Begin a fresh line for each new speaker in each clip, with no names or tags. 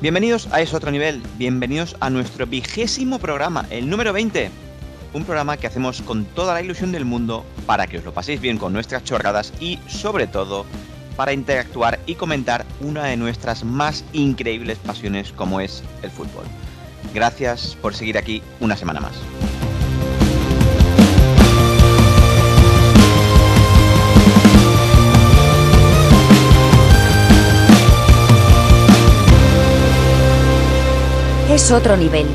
Bienvenidos a Es Otro Nivel, bienvenidos a nuestro vigésimo programa, el número 20. Un programa que hacemos con toda la ilusión del mundo para que os lo paséis bien con nuestras chorradas y, sobre todo, para interactuar y comentar una de nuestras más increíbles pasiones como es el fútbol. Gracias por seguir aquí una semana más.
Es otro nivel.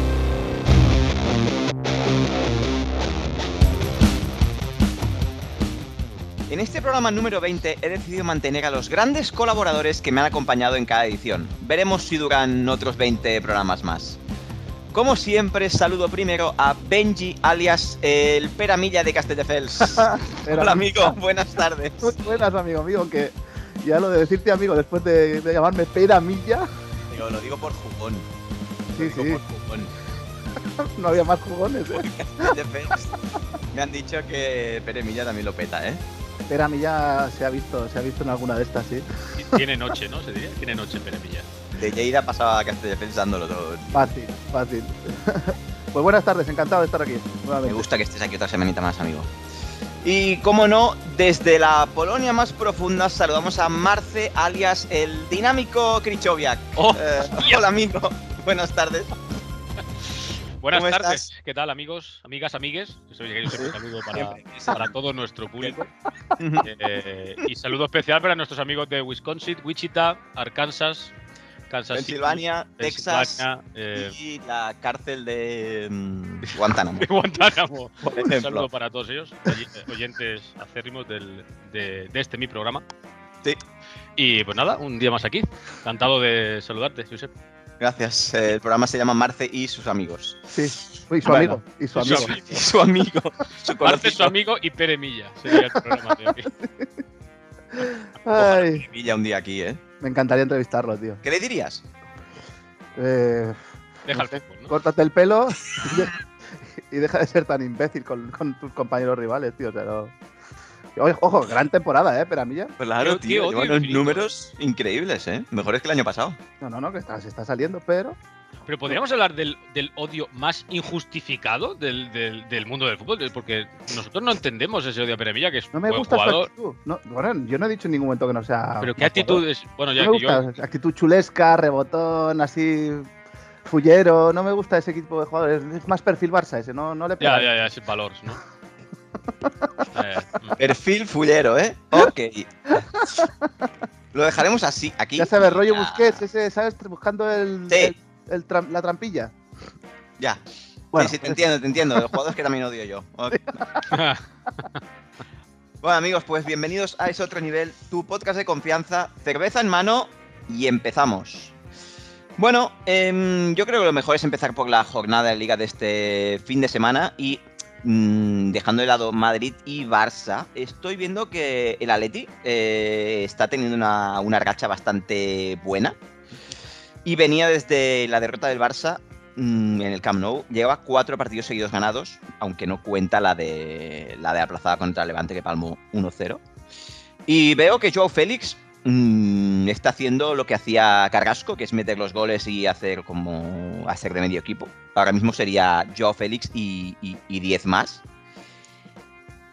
En este programa número 20 he decidido mantener a los grandes colaboradores que me han acompañado en cada edición. Veremos si duran otros 20 programas más. Como siempre, saludo primero a Benji, alias eh, el Peramilla de Castelldefels.
Era-
Hola amigo, buenas tardes.
Muy buenas, amigo mío, que ya lo de decirte amigo después de, de llamarme peramilla,
Digo, lo digo por jugón. Lo
Sí,
digo
sí.
por jugón.
no había más jugones, ¿eh?
Castelldefels. Me han dicho que Peramilla también lo peta, ¿eh?
Peramilla se ha visto, se ha visto en alguna de estas, sí.
Tiene noche, ¿no? Se diría. Tiene noche Peremilla.
De Lleida pasaba a Castelldefels dándolo todo.
Fácil, fácil. Pues buenas tardes, encantado de estar aquí.
Me
nuevamente.
gusta que estés aquí otra semanita más, amigo. Y como no, desde la Polonia más profunda saludamos a Marce, alias el dinámico Krichowiak.
¡Oh!
Eh, hola, amigo. Buenas tardes.
Buenas
¿Cómo
tardes.
estás?
¿Qué tal, amigos? Amigas, amigues. Yo soy yo siempre saludo para,
Siempre.
para todo nuestro público. Eh, y saludo especial para nuestros amigos de Wisconsin, Wichita, Arkansas, Kansas City,
Pensilvania, Texas
Pensilvania, eh,
y la cárcel de mm, Guantánamo.
de Guantánamo.
Por
Un saludo
ejemplo.
para todos ellos, oy- oyentes acérrimos del- de, de este mi programa.
Sí.
Y pues nada, un día más aquí. Encantado de saludarte, Josep.
Gracias. Eh, El programa se llama Marce y sus amigos.
Sí, y su
Bueno.
amigo, y su
Su
amigo.
amigo.
Y su amigo. Su
Parte su
conocido.
amigo y Pere Milla. Sería el programa de hoy.
Ay,
Villa un día aquí, ¿eh?
me encantaría entrevistarlo, tío.
¿Qué le dirías?
Eh,
Deja el
No sé.
fútbol, ¿no?
córtate el pelo y de- y deja de ser tan imbécil con, con tus compañeros rivales, tío. o sea, no- Oye, Ojo, gran temporada, ¿eh? Peramilla.
Pues Claro,
Yo-
tío.
yo odio
llevan
el
unos
gringo.
números increíbles, ¿eh? Mejores que el año pasado.
No, no, no, que está, se está saliendo, pero.
Pero podríamos hablar del, del odio más injustificado del, del- del mundo del fútbol, porque nosotros no entendemos ese odio a Peremilla, que es
No
un
me
buen
gusta su
jugador.
actitud. No, bueno, yo no he dicho en ningún momento que no sea.
Pero qué
mal jugador.
actitudes. Bueno, ya
No me
que yo.
gusta. Actitud chulesca, rebotón, así. Fullero. No me gusta ese equipo de jugadores. Es más perfil Barça ese, no, no le pega.
Ya, ya, ya, es valores, ¿no? Eh, mm.
Perfil fullero, ¿eh? Ok. Lo dejaremos así, aquí.
Ya sabes, rollo
Ya.
Busquets, ¿eh? ese, ¿sabes? Buscando el,
Sí.
el- el tram- la trampilla.
Ya.
Bueno,
sí, sí, te entiendo, te entiendo. De los jugadores que también odio yo. Ok. Bueno, amigos, pues bienvenidos a ese otro nivel, tu podcast de confianza, cerveza en mano y empezamos. Bueno, em, yo creo que lo mejor es empezar por la jornada de liga de este fin de semana y mm, dejando de lado Madrid y Barça, estoy viendo que el Atleti eh, está teniendo una, una racha bastante buena y venía desde la derrota del Barça mm, en el Camp Nou, llevaba cuatro partidos seguidos ganados, aunque no cuenta la de la de aplazada contra el Levante que palmó 1-0. Y veo que Joao Félix mm, está haciendo lo que hacía Carrasco, que es meter los goles y hacer como hacer de medio equipo. Ahora mismo sería Joao Félix y y- y 10 más.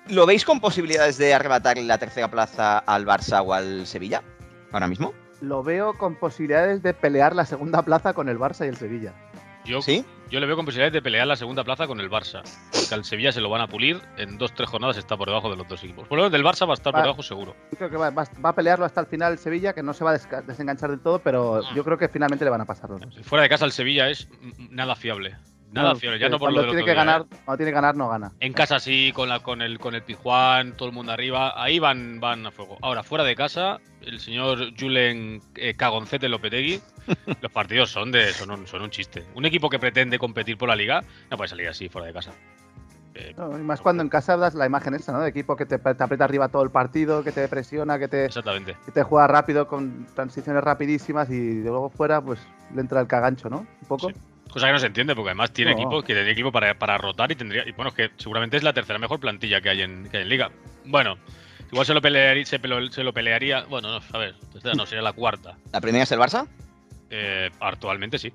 ¿Lo veis con posibilidades de arrebatar la tercera plaza al Barça o al Sevilla? Ahora mismo.
lo veo con posibilidades de pelear la segunda plaza con el Barça y el Sevilla.
yo,
¿Sí?
yo le veo con posibilidades de pelear la segunda plaza con el Barça. Porque al Sevilla se lo van a pulir. En dos, tres jornadas está por debajo de los dos equipos. Por lo menos del Barça va a estar por
Va.
debajo seguro.
Yo creo que va, va- va a pelearlo hasta el final el Sevilla, que no se va a desca- desenganchar del todo, pero
Ah.
yo creo que finalmente le van a pasar los dos.
Fuera de casa el Sevilla es mm, nada fiable. Nada
No,
fiable, ya no por
cuando
lo del
tiene
otro
que
día, ¿eh?
ganar, cuando tiene que ganar no gana.
En casa sí, con, la, con, el, con el Pijuán, todo el mundo arriba, ahí van, van a fuego. Ahora, fuera de casa, el señor Julen eh, Cagoncete Lopetegui, los partidos son, de, son, un, son un chiste. Un equipo que pretende competir por la liga no puede salir así fuera de casa. Eh,
No, y más cuando en casa das la imagen esa, ¿no? De equipo que te, te aprieta arriba todo el partido, que te presiona, que te,
exactamente.
que te juega rápido con transiciones rapidísimas y de luego fuera pues le entra el cagancho, ¿no? Un poco.
Sí. Cosa que no se entiende, porque además tiene
No.
equipo que tiene equipo para, para rotar y tendría. Y bueno, es que seguramente es la tercera mejor plantilla que hay en, que hay en liga. Bueno, igual se lo pelearía, se, pelo- se lo pelearía. Bueno, no, a ver, tercera no, sería la cuarta.
¿La primera es el Barça?
Eh, actualmente sí.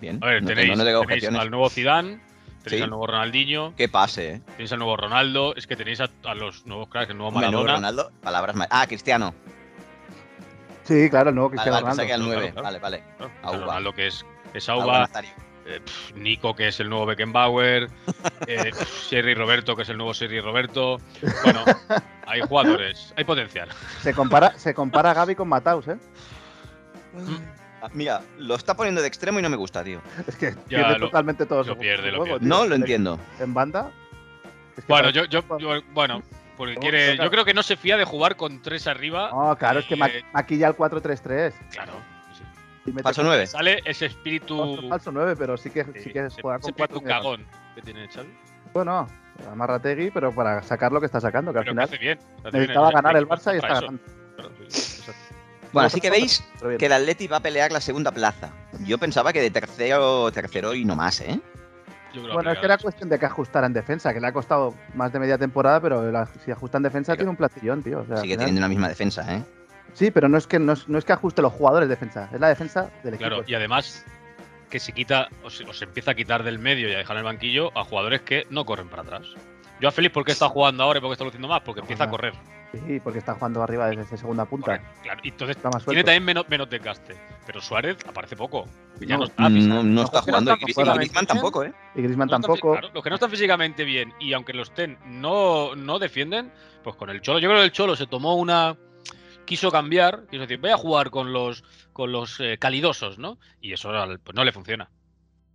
Bien.
A ver,
no
tenéis,
tengo- no tengo
tenéis
objeciones.
al nuevo Zidane, tenéis
Sí.
al nuevo Ronaldinho,
Que pase, ¿eh?
tenéis al nuevo Ronaldo, es que tenéis a, a los nuevos cracks, el nuevo
Hombre, nuevo
Maradona.
Ronaldo, palabras más. Ah, Cristiano.
Sí, claro, el nuevo
Vale,
Cristiano
vale, pensaba que
Ronaldo.
al 9.
Claro, claro.
Vale, vale.
Claro,
Auba.
Ronaldo que es, es
Auba
Auba,
Nazario.
eh, pf, Nico que es el nuevo Beckenbauer, eh, pf, Serri Roberto que es el nuevo Serri Roberto. Bueno, hay jugadores, hay potencial.
Se compara, se compara a Gaby con Mataus, ¿eh?
Ah, Mira, lo está poniendo de extremo y no me gusta, tío.
Es que
Ya,
pierde
lo-
totalmente todo
lo
su
pierde,
su
lo
juego,
pierde.
tío.
No lo
Le-
entiendo.
En banda. es que
Bueno,
para-
yo, yo, yo- bueno, porque
Yo-
quiere,
yo creo-
yo creo que no se fía de jugar con tres arriba.
No, claro, es que ma-
Eh,
maquilla el 4-3-3.
Claro. sí.
y mete
Paso 9.
Sale ese espíritu. eh,
falso- Falso 9, pero sí que, sí que
ese-
juega
ese
con
espíritu
4
cagón que tiene Xavi.
Bueno, Amarrategui, pero para sacar lo que está sacando, que al
Pero que
final
hace bien. hace bien,
necesitaba
el-
ganar el
equipo
Barça y está
compra
ganando.
eso, claro, sí, exacto.
Bueno, así que
Pero
veis
bien.
que el Atleti va a pelear la segunda plaza. Yo pensaba que de tercero, tercero y no más, ¿eh?
Yo creo
Bueno, es que era cuestión de que ajustara en defensa, que le ha costado más de media temporada, pero la- si ajusta en defensa
Pero-
tiene un plastillón, tío. o sea, al
Sigue
final-
teniendo la misma defensa, ¿eh?
Sí, pero no es que no es, no es que ajuste los jugadores de defensa, es la defensa del equipo.
Claro, y además que se quita, o se, o se empieza a quitar del medio y a dejar en el banquillo a jugadores que no corren para atrás. Yo a Félix, ¿por qué está jugando ahora y por qué está luciendo más? Porque empieza a
Ajá.
correr.
Sí, porque está jugando arriba desde segunda punta.
Corre, claro, y entonces
Está más
tiene
suelto.
también menos, menos desgaste. Pero Suárez aparece poco. Ya no,
No,
está. físicamente-
No, no está
Ojo, que no
jugando. Y
está
Gris-
fuera.
y Griezmann tampoco, ¿eh?
Y Griezmann
no está fí-
tampoco.
claro, los que no están físicamente bien y aunque lo estén, no, no defienden, pues con el Cholo. Yo creo que el Cholo se tomó una. Quiso cambiar, quiso decir, voy a jugar con los, con los eh, calidosos, ¿no? Y eso al- pues, no le funciona.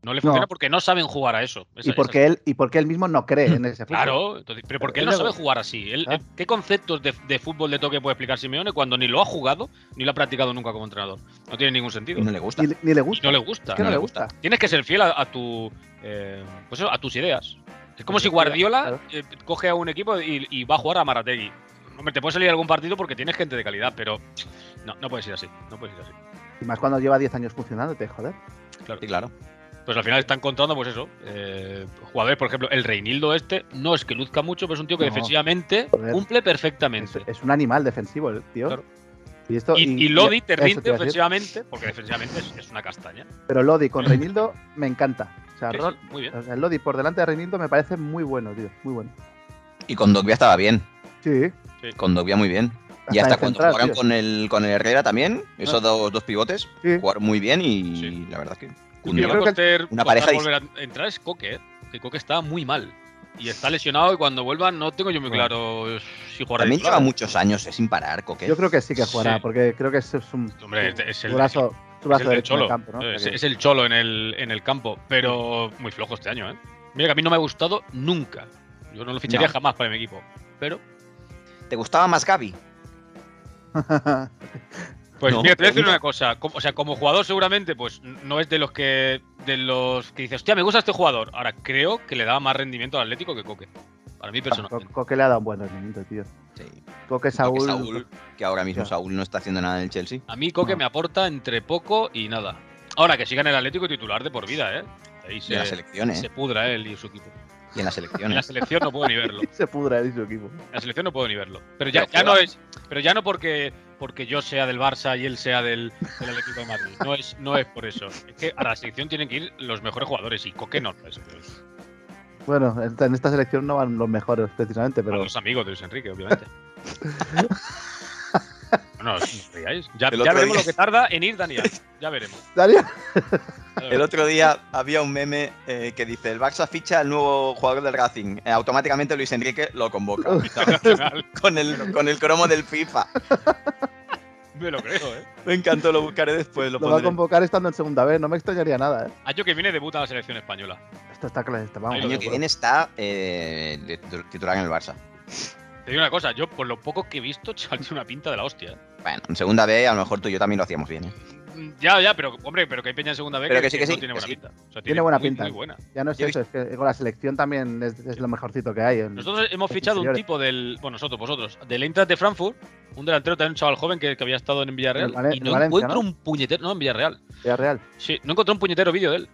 No le
No.
funciona porque no saben jugar a eso. Esa-
y,
esa-
porque él, y porque él mismo no cree en ese fútbol.
Claro, entonces- pero porque él no
Pero-
sabe jugar así. Él-
Ah.
él- ¿Qué conceptos de, de fútbol de toque puede explicar Simeone cuando ni lo ha jugado ni lo ha practicado nunca como entrenador? No tiene ningún
Y
sentido.
no le gusta.
Ni, ni le
Y
gusta.
no le gusta.
Es que no le gusta.
Tienes que ser fiel a, a tu, eh, pues eso, a tus ideas. Es como si Guardiola eh, coge a un equipo y, y va a jugar a Marategui. Hombre, te puede salir algún partido porque tienes gente de calidad, pero no, no puedes ir así. No puedes ir así.
Y más cuando lleva 10 años funcionándote, joder.
Claro.
Sí, claro.
Pues al final están contando, pues eso. eh, jugadores, por ejemplo, el Reinildo este no es que luzca mucho, pero es un tío que
No.
defensivamente
Joder.
cumple
Es,
perfectamente.
es un animal defensivo, el tío.
Claro.
Y, esto,
Y, y Lodi te
eso iba
rinde
a decir.
ofensivamente, porque defensivamente es, es una castaña.
Pero Lodi con Reinildo me encanta. O sea,
Sí, sí,
Ron-
muy bien.
o sea, el Lodi por delante de Reinildo me parece muy bueno, tío. Muy bueno.
Y con Dogbia estaba bien.
Sí.
Con Dogbia muy bien. Y
Hasta
hasta
de
cuando
central,
jugaron
tío. Ah.
con el, con el Herrera también, esos dos, dos pivotes,
Sí.
jugaron muy bien y
Sí.
la verdad es que...
Que
Cundió.
va a
creo que
costar-
una
costar
pareja
volver a entrar es Coque, eh, que Coque está muy mal. Y está lesionado y cuando vuelva no tengo yo muy
Bueno.
claro si jugará. de
También lleva
titular.
muchos años eh, sin parar, Coque.
Yo creo que sí que jugará,
Sí.
porque creo que ese es un
Hombre, es, es
su
el,
brazo, su brazo
es el del
derecho en
Cholo.
el campo, ¿no? O sea
es,
que-
es el Cholo en el, en el campo, pero muy flojo este año. ¿eh? Mira que a mí no me ha gustado nunca. Yo no lo ficharía
No.
jamás para mi equipo. Pero,
¿Te gustaba más Gaby?
pues
No,
mira, te voy a decir
pregunta.
una cosa. Como, o sea, como jugador seguramente, pues n- no es de los que de los que dices, hostia, me gusta este jugador. Ahora, creo que le da más rendimiento al Atlético que Coque. Para mí
Co-
personalmente.
Coque le ha dado un buen rendimiento, tío.
Sí.
Coque
Saúl,
Saúl.
que Saúl, que ahora mismo
Ya.
Saúl no está haciendo nada en el Chelsea.
A mí Coque
No.
me aporta entre poco y nada. Ahora que siga en el Atlético titular de por vida, ¿eh? Ahí
Y en
se,
la selección, ¿eh?
se pudra él y su equipo.
Y en la
En
selección,
la
¿eh?
selección no puedo ni verlo.
Se pudra ahí su equipo.
En la selección no puedo ni verlo. Pero ya,
Pero
ya no
juega.
es. Pero ya no porque, porque yo sea del Barça y él sea del, del Atlético de Madrid. No es, no es por eso. Es que a la selección tienen que ir los mejores jugadores y Coque no. pues, Es, es-
Bueno, en en esta selección no van los mejores precisamente,
a
pero
los amigos de Luis Enrique, obviamente. No, no os riáis. Ya,
El
ya
otro
veremos
día-
lo que tarda en ir Daniel. Ya veremos.
Darío,
Ya veremos.
El otro día había un meme eh, que dice: el Barça ficha al nuevo jugador del Racing. Eh, automáticamente Luis Enrique lo convoca. Y estaba con, el, con el cromo del FIFA.
Me lo creo, ¿eh?
Me encantó, lo buscaré después. Lo
lo va a
pondré.
convocar estando en segunda vez, no me extrañaría nada, ¿eh?
Año que viene debuta la selección española.
Esto está claro, está- vamos.
El año que viene está eh, de- de- titular en el Barça.
Te digo una cosa, yo por lo poco que he visto, chaval, tiene una pinta de la hostia. ¿eh?
Bueno, en segunda B a lo mejor tú y yo también lo hacíamos bien. ¿eh?
Mm, Ya, ya, pero hombre, pero que hay peña en segunda vez
Pero que sí, que
no
sí,
tiene
que
buena
sí.
pinta. O sea, tiene,
buena
muy,
pinta.
Muy buena.
Ya no es
Yo he
eso, es que con la selección también es, es lo mejorcito que hay. en-
Nosotros hemos
Los
fichado un
inferiores.
tipo del. Bueno, nosotros, vosotros, del Eintracht de Frankfurt, un delantero también, un chaval joven que, que había estado en Villarreal.
En Valen-
y
en
no
Valencia,
encuentro
¿no?
un puñetero. No, en Villarreal.
Villarreal.
Sí, no encontré un puñetero vídeo de él.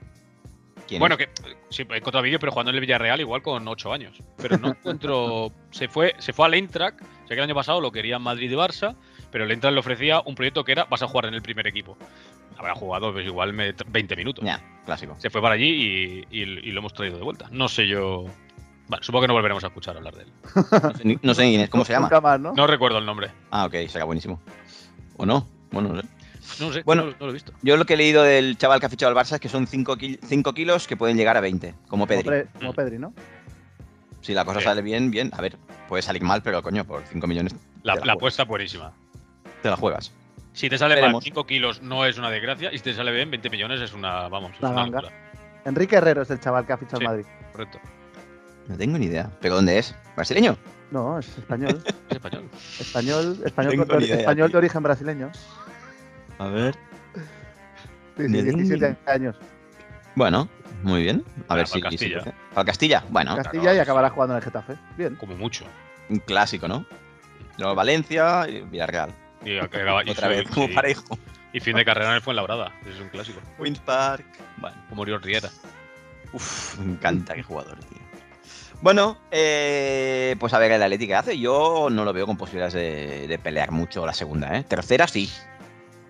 ¿Quién
Bueno,
es?
que eh, sí, he encontrado vídeos, pero jugando en el Villarreal igual con 8 años. Pero no encuentro. se fue se fue al Eintracht, o sea que el año pasado lo querían Madrid y Barça, pero el Entran le ofrecía un proyecto que era vas a jugar en el primer equipo. Habrá jugado pues, igual me- 20 minutos.
Ya, clásico.
Se fue para allí y, y- y lo hemos traído de vuelta. No sé yo. Bueno, supongo que no volveremos a escuchar hablar de él.
No sé, ni- no sé ni quién es, cómo se llama.
Nunca más, ¿no?
No recuerdo el nombre.
Ah, ok, será buenísimo. ¿O no? Bueno, no sé.
No lo sé,
Bueno.
no, lo- no lo he visto.
Yo lo que he leído del chaval que ha fichado al Barça es que son 5 kilos que pueden llegar a 20, como
Como
Pedri.
Pre-
Mm.
Como Pedri, ¿no?
Si la cosa
Sí.
sale bien, bien. A ver, puede salir mal, pero coño, por 5 millones
La,
Te la
la
juego.
apuesta es buenísima.
te la juegas.
Si te sale mal
Veremos.
5 kilos no es una desgracia y si te sale bien 20 millones es una, vamos, es
La
una
ganga.
locura.
Enrique Herrero es el chaval que ha fichado
Sí.
al Madrid.
Correcto.
No tengo ni idea. ¿Pero dónde es? ¿Brasileño?
No, es español.
Es español.
español español,
Tengo
con-
ni idea,
español de
tío.
origen brasileño.
A ver.
Sí,
Ni
sí,
idea.
17 años.
Ah, Bueno, muy bien. A ver
Ah,
si.
para
si-
Castilla.
para Castilla. Bueno,
Castilla
claro.
y acabará jugando en el Getafe. Bien.
Como mucho.
un clásico, ¿no? Luego Valencia y Villarreal.
Y, acaba- y-
Otra vez,
y-
como parejo.
y fin de carrera en el Fuenlabrada. Ese Es un clásico.
Wind Park. Bueno,
Como Oriol Riera.
uff, me encanta qué jugador, tío. Bueno, eh, pues a ver el Atlético que hace. Yo no lo veo con posibilidades de, de pelear mucho la segunda, ¿eh? Tercera sí.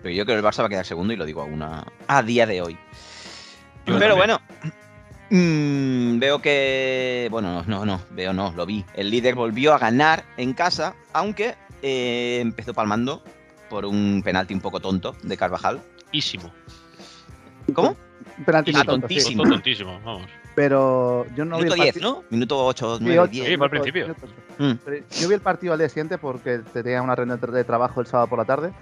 Pero yo creo que el Barça va a quedar segundo y lo digo a, una, a día de hoy.
Yo
Pero
también.
bueno, mm, veo que. Bueno, no, no, veo no, lo vi. El líder volvió a ganar en casa, aunque eh, empezó palmando por un penalti un poco tonto de Carvajal.
Ísimo.
¿Cómo?
Un penalti
Ah,
muy tonto, sí.
tontísimo.
Tonto, Tontísimo, vamos.
Pero yo no vi
Minuto
el
10,
partido.
¿no? Minuto 8,
Sí,
9,
ocho,
10.
Sí, fue al
minutos,
principio.
minutos.
Mm.
Pero Yo vi el partido al día siguiente porque tenía una reunión de trabajo el sábado por la tarde.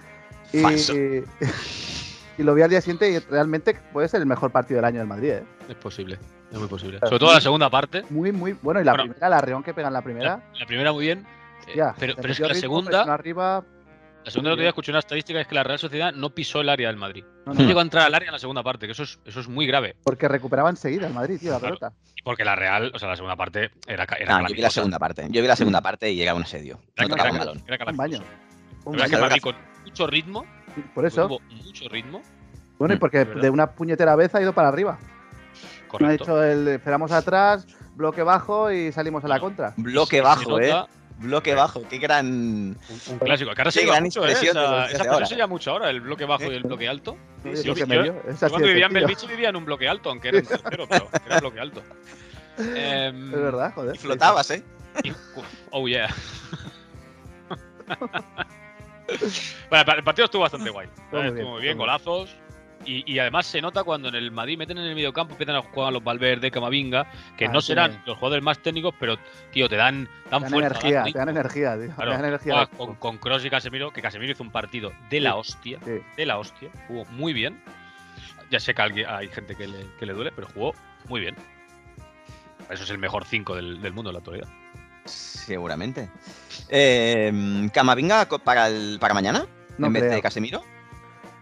Y,
Falso.
y lo vi al día siguiente y realmente puede ser el mejor partido del año del Madrid. ¿eh?
Es posible. Es muy posible. Sobre todo la segunda parte.
Muy, muy bueno. Y la
Bueno.
primera, la reunión que pega en la primera.
La, la primera muy bien. eh,
ya,
pero,
le
pero es
metió
que la
ritmo,
segunda,
presionó Arriba,
la segunda el otro día
bien.
escuché una estadística es que la Real Sociedad no pisó el área del Madrid.
no,
No
Hmm.
no,
llegó a entrar al área en la segunda parte, que eso es, eso es muy grave.
porque recuperaba enseguida el Madrid, tío, la
Claro.
pelota.
Y Porque la Real, o sea, la segunda parte era,
Ah, yo
ca- era
vi la
calamitosa.
segunda parte. Yo vi la segunda parte y llegaba un asedio.
Era
No tocaba un
ca-
balón.
era
Un baño.
calamitosa.
Un
La verdad es que
baño.
Madrid con mucho ritmo,
baño. Por eso.
tuvo mucho ritmo,
Bueno, y
Mm,
porque
es verdad.
de una puñetera vez ha ido para arriba. No ha
correcto.
hecho el esperamos atrás, bloque bajo y salimos a la contra.
Bloque
Se
bajo, ¿eh?
nota
Bloque bajo. Qué gran.
Un, un clásico. Que ahora se
Qué
lleva
gran
mucho, ¿eh?
expresión de los
Esa,
días de
esa
ahora,
expresión se lleva mucho ahora, el bloque bajo y el
¿Eh?
bloque alto.
Sí,
sí,
lo
sí,
que me
yo-
dio. Es
Yo
así
cuando
de
vivía en
sencillo.
Belviche vivía en un bloque alto, aunque era en tercero, pero era bloque alto. Em,
Es verdad, joder.
Y flotabas, ¿eh?
y- oh yeah. bueno, el partido estuvo bastante guay.
Estuvo muy
Estuvo muy
bien,
bien,
estuvo muy
golazos. Y, y además se nota cuando en el Madrid meten en el mediocampo, empiezan a jugar los Valverde, Camavinga, que
Ah,
no
sí.
serán los jugadores más técnicos, pero tío, te dan,
Te
dan
dan
fuerza.
energía, te
ritmo.
dan energía, tío.
Claro,
te dan energía.
juega con, con Cross y Casemiro, que Casemiro hizo un partido de la hostia,
Sí.
de la hostia, jugó muy bien. Ya sé que alguien- hay gente que le, que le duele, pero jugó muy bien. Eso es el mejor 5 del, del mundo en la actualidad.
Seguramente. Eh, ¿Camavinga co- para, el, para mañana?
No
en vez
creo.
de Casemiro.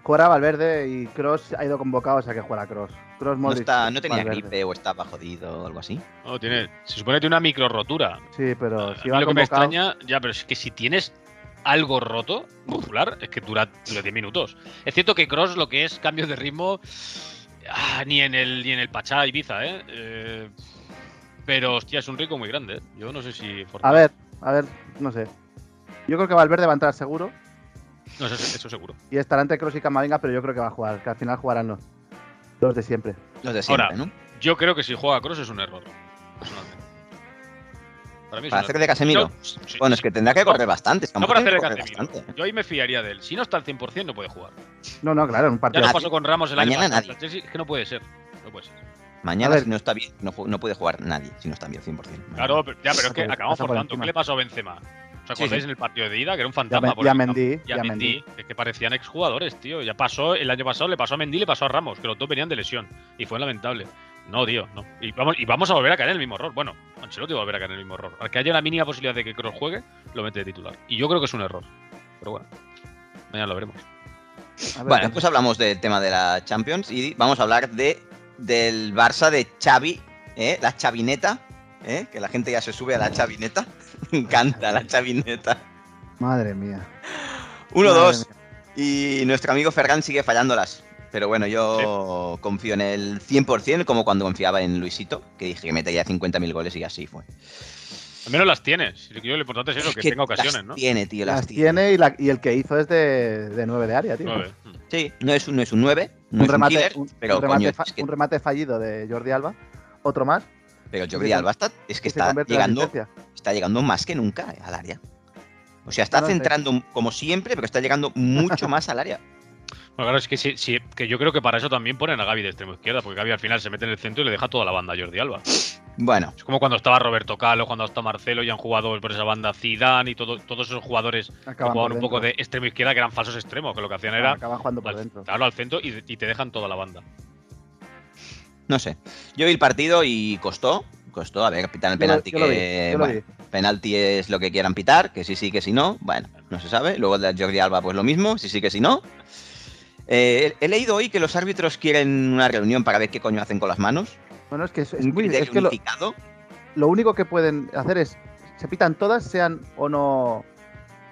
Juega Valverde y Cross ha ido convocado, o sea que juega Cross. Cross
No,
Modric.
está, no tenía
Valverde.
gripe o estaba jodido o algo así.
No, Oh, tiene, se supone que tiene una micro rotura.
Sí, pero
Ah, A
si
mí
va
lo que me
convocado.
extraña, ya, pero es que si tienes algo roto, muscular, es que dura, dura 10 minutos. Es cierto que Cross lo que es cambios de ritmo, ah, ni en el ni en el Pachá Ibiza, ¿eh? Eh, Pero, hostia, es un rico muy grande. ¿eh? Yo no sé si.
A ver, a ver, no sé. Yo creo que Valverde va a entrar seguro
No, eso, eso seguro.
y estará entre Cross y Camavinga, pero yo creo que va a jugar, que al final jugarán los, los de siempre.
Los de siempre,
Ahora,
¿no?
Yo creo que si juega Cross es un error. personalmente. Para mí es
Para
un
hacer
error.
de Casemiro.
No, sí,
Bueno, es que tendrá que
no,
correr bastante. es que
No
Campos
para hacer
tiene
el
que correr
Casemiro.
bastante.
Yo ahí me fiaría de él. Si no está al 100% no puede jugar.
No, no, claro, en un
Ya
partido.
nos
Nadie.
pasó con Ramos el año
Mañana
pasado.
nadie.
Chelsea, Es que no puede ser. No puede ser.
Ah,
Mañana,
A ver.
si no está bien, no, ju- no puede jugar nadie si no está bien al 100%. Mañana.
Claro, pero, ya, pero es que
Pasa por-
acabamos
pasa por
forzando.
encima.
¿Qué le pasó a Benzema? ¿Os
Sí,
acordáis
sí.
en el partido de ida? Que era un
Ya,
fantasma.
me-
por
ya
el campo.
Mendy,
Y a Mendy, es que parecían exjugadores, tío. Ya pasó el año pasado, le pasó a Mendy, le pasó a Ramos, que los dos venían de lesión. Y fue lamentable. No, tío, no. Y vamos, y vamos a volver a caer en el mismo error. Bueno, Ancelotti va a volver a caer en el mismo error. Al que haya una mínima posibilidad de que Kroos juegue, lo mete de titular. Y yo creo que es un error. Pero bueno, mañana lo veremos.
A ver,
Bueno, después pues hablamos del tema de la Champions y vamos a hablar de, del Barça de Xavi, ¿eh? la chavineta, ¿eh? que la gente ya se sube a la chavineta. Me encanta la chavineta.
Madre mía.
Uno,
Madre
dos.
mía.
Y nuestro amigo Ferran sigue fallándolas. Pero bueno, yo confío en el 100%, como cuando confiaba en Luisito, que dije que metería 50.000 goles y así fue.
Al menos las tienes. Yo creo que lo importante es eso,
Es
que, tenga ocasiones,
las
¿no?
Tiene, tío, las,
Las tiene y, la- y el que hizo es de, 9 de área, tío.
Nueve. Hmm.
Sí, no es un, no es un 9, no
Un
es
remate,
un killer,
un- un
pero
remate
coño,
fa-
es que,
un remate fallido de Jordi Alba. Otro más.
pero
se
Jordi
con-
Alba está, es que
se
está
convierte en
llegando,
asistencia.
está llegando más que nunca al área. O sea, está
No, no sé.
centrando como siempre, pero está llegando mucho más al área.
Bueno, claro, es que, sí, sí, que yo creo que para eso también ponen a Gaby de extremo izquierda, porque Gaby al final se mete en el centro y le deja toda la banda a Jordi Alba.
Bueno,
Es como cuando estaba Roberto Calo, cuando estaba Marcelo y han jugado por esa banda Zidane y todo- todos esos jugadores que
Acaban
jugaban
por
un poco
dentro.
de extremo izquierda que eran falsos extremos, que lo que hacían
Ah,
era
Acaban jugando por
al-
dentro.
claro, al centro y, y te dejan toda la banda.
no sé. Yo vi el partido y costó, costó, a ver, pitan el
Yo lo-
penalti
yo lo vi,
que
yo lo
bueno,
vi.
penalti es lo que quieran pitar, que sí sí, que si no, bueno, no se sabe. Luego el de Jordi Alba, pues lo mismo, sí sí, que si no. Eh, he he leído hoy que los árbitros quieren una reunión para ver qué coño hacen con las manos.
Bueno, es que es, es
un
muy- es
criterio
que lo,
unificado.
lo único que pueden hacer es se pitan todas, sean o no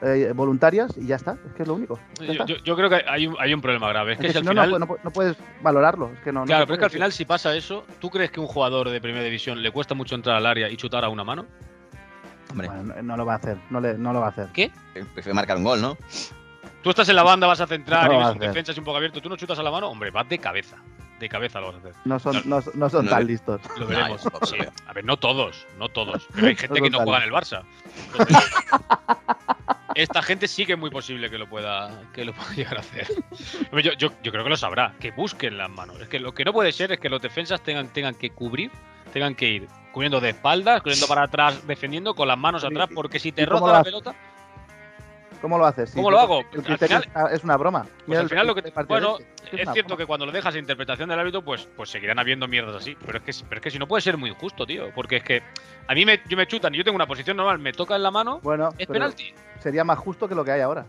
eh, voluntarias y ya está. Es que es lo único. Ya
Yo,
está.
yo- yo creo que hay un, hay un problema grave. Es
Es
que,
que
si al
si no, no
final.
pu- no, pu- no puedes valorarlo. Es que no, no
claro,
se
pero es que
puede.
al final, si pasa eso, ¿tú crees que un jugador de primera división le cuesta mucho entrar al área y chutar a una mano?
Hombre,
Bueno, no- no lo va a hacer. No, le, no lo va a hacer.
prefiero marcar un gol, ¿no?
Tú estás en la banda, vas a centrar
No
y
lo
ves
vas
un
a hacer.
defensa así un poco abierto, tú no chutas a la mano, hombre, vas de cabeza. De cabeza lo vas a hacer.
No son, no, son- no son
No.
tan listos.
Lo
No,
veremos.
yo tampoco
sí.
lo veo.
A ver, no todos, no todos. Pero hay gente que no
Total.
juega en el Barça. Entonces, esta gente sí que es muy posible que lo pueda, que lo pueda llegar a hacer. Hombre, Yo, yo- yo creo que lo sabrá, que busquen las manos. Es que lo que no puede ser es que los defensas tengan, tengan que cubrir, tengan que ir cubriendo de espaldas, cubriendo para atrás, defendiendo con las manos
Pero,
atrás,
¿y-
porque si te
y cómo
roza
lo
la
haces?
pelota,
¿Cómo lo haces? Sí,
¿Cómo
yo
lo
creo
hago? Pues
que
Al
El criterio es- es una broma.
pues al final lo que te- bueno,
este. es
es
una
cierto
broma.
que cuando lo dejas a interpretación del árbitro, pues, pues seguirán habiendo mierdas así. Pero es que, pero es que si no puede ser muy injusto, tío. Porque es que a mí me, yo me chutan y yo tengo una posición normal, me toca en la mano,
Bueno,
es
pero
penalti.
sería más justo que lo que hay ahora.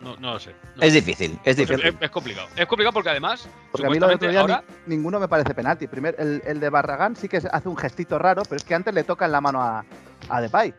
No, no lo sé. No.
Es difícil, es
Es,
difícil.
es complicado. Es complicado porque además,
Porque a mí lo de otro
supuestamente
día ni-
ahora,
ninguno me parece penalti. Primero, el, el de Barragán sí que se- hace un gestito raro, pero es que antes le tocan la mano a, a Depay.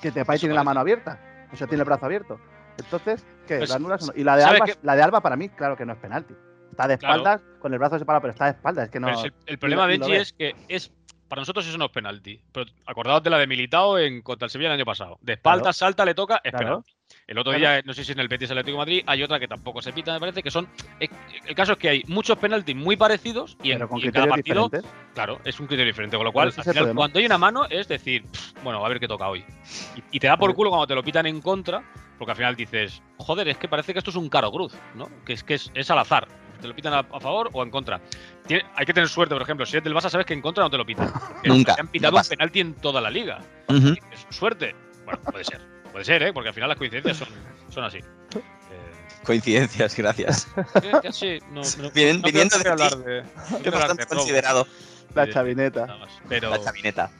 Que Depay
Eso
tiene
parece.
la mano abierta. O sea, tiene el brazo abierto. Entonces, ¿qué?
Pues,
¿La anulas o no? Y la de,
¿sabes
Alba,
qué?
la de Alba para mí, claro que no es penalti. Está de
Claro.
espaldas, con el brazo separado, pero está de espaldas. Es que no.
pero es el, el problema de
ni lo
Benji
ves.
es que es para nosotros eso no es penalti. Pero acordaos de la de Militao en contra el Sevilla el año pasado. De espalda,
Claro.
salta, le toca, es
Claro.
penalti. El otro
Claro.
día, no sé si en el Betis Atlético de Madrid, hay otra que tampoco se pita, me parece, que son. es- el caso es que hay muchos penaltis muy parecidos y en,
pero con
y en cada
criterios
partido
diferentes.
Claro, es un criterio diferente, con lo cual,
Pero ese
al
es el
final,
problema.
cuando hay una mano, es decir, "Pff, bueno, a ver qué toca hoy. Y, y te da por
Vale.
culo cuando te lo pitan en contra, porque al final dices, joder, es que parece que esto es un caro cruz, ¿no? Que es que es, es al azar. Te lo pitan a, a favor o en contra. Tiene- hay que tener suerte, por ejemplo, si es del Barça, sabes que en contra no te lo pitan. Pero
Nunca,
Te han pitado
no
un
pasa.
penalti en toda la liga.
Ujú.
Es suerte. Bueno, puede ser. Puede ser, ¿eh? Porque al final las coincidencias son, son así. Eh,
Coincidencias, gracias.
ya- ya sí, no, no-
Vienen-
no creo
viniendo
que
de ti.
hablar de. no
Yo
quiero hablar de
bastante
robo,
considerado
La
de-
chavineta.
nada más. Pero.
la chavineta.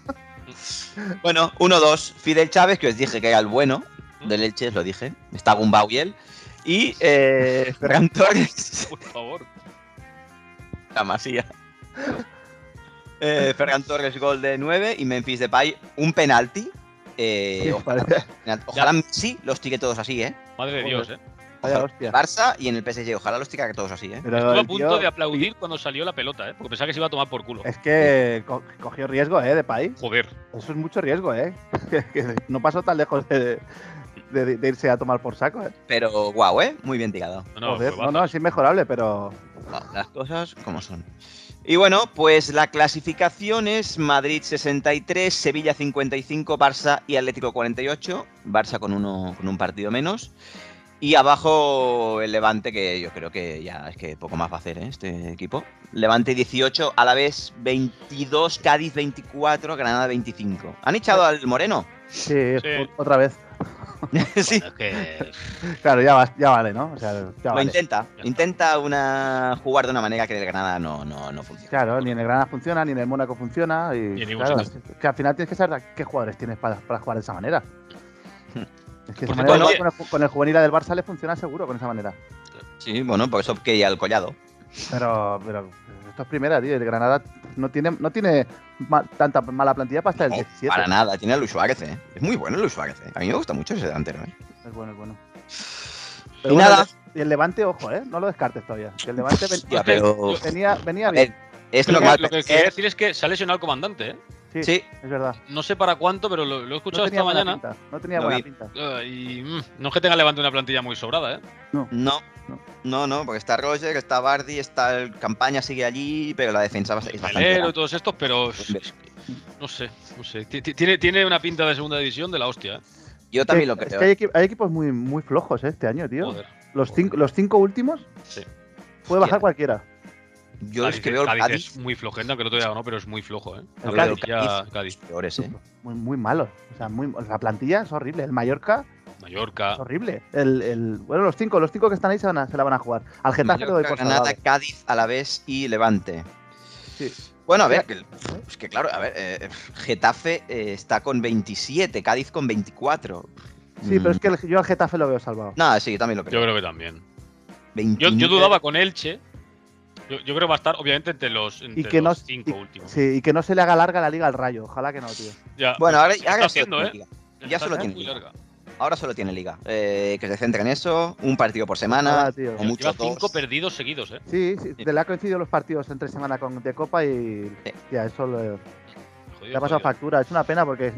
Bueno, 1-2. Fidel Chávez, que os dije que era el bueno del Elche, os lo dije. Está Gumbau y él. Y eh, Ferran Torres.
Por favor.
La masía. Eh, Ferran Torres, gol de 9 y Memphis Depay, un penalti. Eh,
Sí,
ojalá
parece-
ojalá Messi los tire todos así, ¿eh?
Madre de
Joder.
Dios, ¿eh?
Vaya hostia.
Barça y en el PSG, ojalá los tire todos así, ¿eh?
Pero
Estuve a
el
punto
tío-
de aplaudir cuando salió la pelota, ¿eh? Porque pensaba que se iba a tomar por culo.
Es que co- cogió riesgo, ¿eh? De país.
Joder.
Eso es mucho riesgo, ¿eh? Que- que no pasó tan lejos de, de- de irse a tomar por saco, ¿eh?
Pero guau, ¿eh? Muy bien tirado.
No, no,
Joder,
fue
no,
baza.
no, es inmejorable, pero
No, Ah, las cosas como son. Y bueno, pues la clasificación es Madrid 63, Sevilla 55, Barça y Atlético 48. Barça con, uno, con un partido menos. Y abajo el Levante, que yo creo que ya es que poco más va a hacer ¿eh? este equipo. Levante 18, a la vez 22, Cádiz 24, Granada 25. ¿Han echado al Moreno?
sí,
Sí.
otra vez.
sí,
Bueno, es que-
Claro, ya, va- ya vale, ¿no? O sea, ya
lo
vale.
intenta.
está.
Intenta una, jugar de una manera que en el Granada no, no, no funciona.
Claro, ni en el Granada funciona, ni en el Mónaco funciona.
Ni
Y,
en ningún
claro,
sitio.
es que al final tienes que saber a qué jugadores tienes para, para jugar de esa manera. Es que esa
Por
manera
cierto,
igual con, el, ju- con el juvenil del Barça le funciona seguro con esa manera.
Sí, bueno, por eso que al collado.
Pero, pero esto es primera, tío. El Granada no tiene, no tiene ma- tanta mala plantilla para estar
No,
el 17.
para nada, tiene a Luis Suárez, ¿eh? Es muy bueno Luis Suárez, ¿eh? A mí me gusta mucho ese delantero, ¿eh?
Es bueno, es bueno.
Y nada.
el- Y el Levante, ojo, ¿eh? No lo descartes todavía. Que el Levante ven-
Ya, pero
venía, venía
ver,
bien.
es
Lo que,
normal.
lo que
pero es
quería
que
decir es que se ha lesionado el comandante, ¿eh?
Sí,
Sí,
es verdad.
No sé para cuánto, pero lo, lo he
No
escuchado
tenía
esta
buena
mañana.
pinta. No tenía
Lo
buena
vi.
pinta.
eh, y mm, no es que tenga levante una plantilla muy sobrada, ¿eh?
no.
No.
No, no, porque está Roger, está Bardi, está el campaña, sigue allí, pero la defensa va a ser- es bastante.
Melero y
grande.
todos estos, pero no sé, no sé. Ti- ti- Tiene, tiene una pinta de segunda división de la hostia, ¿eh?
Yo también lo
Es que-
creo.
Es que hay, equi- hay equipos muy, muy flojos eh, este año, tío.
Joder.
los, cinco, los cinco últimos
Sí.
Hostia.
puede bajar cualquiera.
Yo es
Cádiz-
que veo el
Cádiz
Cádiz
es muy flojenta, aunque el otro día ganó, pero es muy flojo, ¿eh? La
El
Cádiz.
plantilla- Cádiz.
peores, eh.
Muy, muy malos. O sea, muy, la plantilla es horrible. El Mallorca
Mallorca.
es horrible. El, el- bueno, los cinco, los cinco que están ahí se, van a- se la van a jugar. Al Getafe lo doy
Mallorca,
por
Granada,
salvado.
Cádiz, Alavés y Levante.
Sí.
Bueno, a ver, que, es que claro, a ver, eh, Getafe eh, está con 27, Cádiz con 24.
Sí, pero es
Mm,
que el- yo al Getafe lo veo salvado.
Nada, sí, yo también lo creo.
Yo creo que también. Yo,
29.
yo dudaba con Elche. Yo, yo creo que va a estar, obviamente, entre los, entre
que
los
no-
cinco
y-
últimos.
Sí, y que no se le haga larga la liga al Rayo. Ojalá que no, tío.
Ya,
Bueno, ahora,
se está
ahora
haciendo,
solo
¿eh?
tiene Liga.
El
ya
Getafe
solo
es
tiene
muy
liga.
larga.
Ahora solo tiene liga. Eh, que se centra en eso, un partido por
Ojalá,
Ah.
semana,
tío.
o mucho
Lleva
dos.
cinco perdidos seguidos, ¿eh?
Sí, sí, te le ha coincidido los partidos entre semana con de Copa y
Sí.
ya eso le,
Jodido,
le ha pasado
jodido.
factura. Es una pena porque es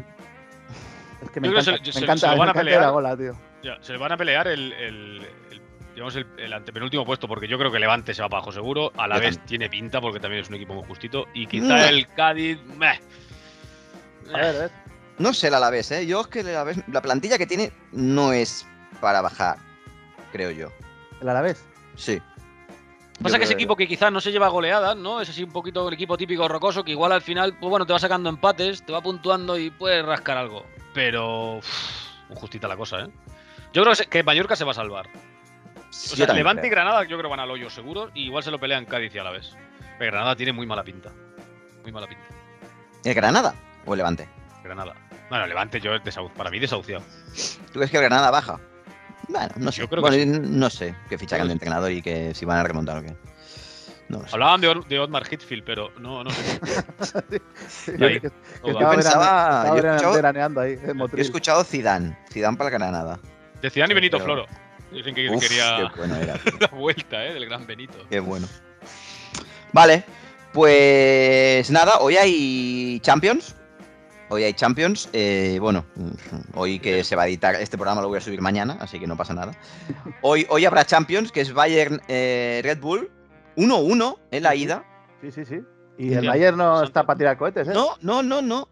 que me
Yo creo que
encanta,
se-
me
se- se
encanta,
lo
me
van a
encanta
pelear.
la gola, tío.
Ya, se le van a pelear el, el- el- digamos el, el antepenúltimo puesto, porque yo creo que Levante se va para abajo seguro. A la
Yo
vez tiene pinta, porque también es un equipo muy justito.
Mm.
Y quizá el Cádiz. meh.
A ver, a ver.
No sé el Alavés, ¿eh? Yo es que el Alavés, la plantilla que tiene no es para bajar, creo yo.
El Alavés.
Sí.
Pasa
Yo
que ese
creo
equipo que quizás no se lleva goleadas, ¿no? Es así un poquito el equipo típico rocoso que igual al final, pues bueno, te va sacando empates, te va puntuando y puedes rascar algo. Pero. uff, muy justita la cosa, ¿eh? Yo creo que se- que Mallorca se va a salvar. O
Yo
sea,
también
Levante y
creo.
Granada yo creo que van al hoyo seguro y igual se lo pelean Cádiz y a la vez. Pero Granada tiene muy mala pinta. Muy mala pinta.
¿El Granada o el Levante?
Granada. Bueno, Levante yo es desau- para mí desahuciado.
¿Tú crees que el Granada baja? Bueno, no sé.
Yo creo que
Bueno,
sí.
y no sé qué ficharan
Creo que
de entrenador y que si van a remontar o qué. No lo sé.
Hablaban de, Or- de Otmar Hitfield, pero no, no sé. Ahí.
Que- que
No
Yo
estaba
va.
pensaba-
verane- estaba
Ah, yo he escuchado-
veraneando ahí, en
Yo he
Motril.
escuchado Zidane, Zidane para el Granada.
De Zidane y Benito
Pero-
Floro. Dicen que
Uf,
quería
Qué bueno era.
la vuelta, ¿eh? Del gran Benito.
Qué bueno. Vale, pues nada, hoy hay Champions. Hoy hay Champions. eh, bueno, hoy que se va a editar, este programa lo voy a subir mañana, así que no pasa nada. Hoy, hoy habrá Champions, que es Bayern eh, Red Bull. 1-1 en la ida.
Sí, sí, sí. Y el
Sí.
Bayern no
Santo.
está para tirar cohetes, ¿eh?
No, no, no, no.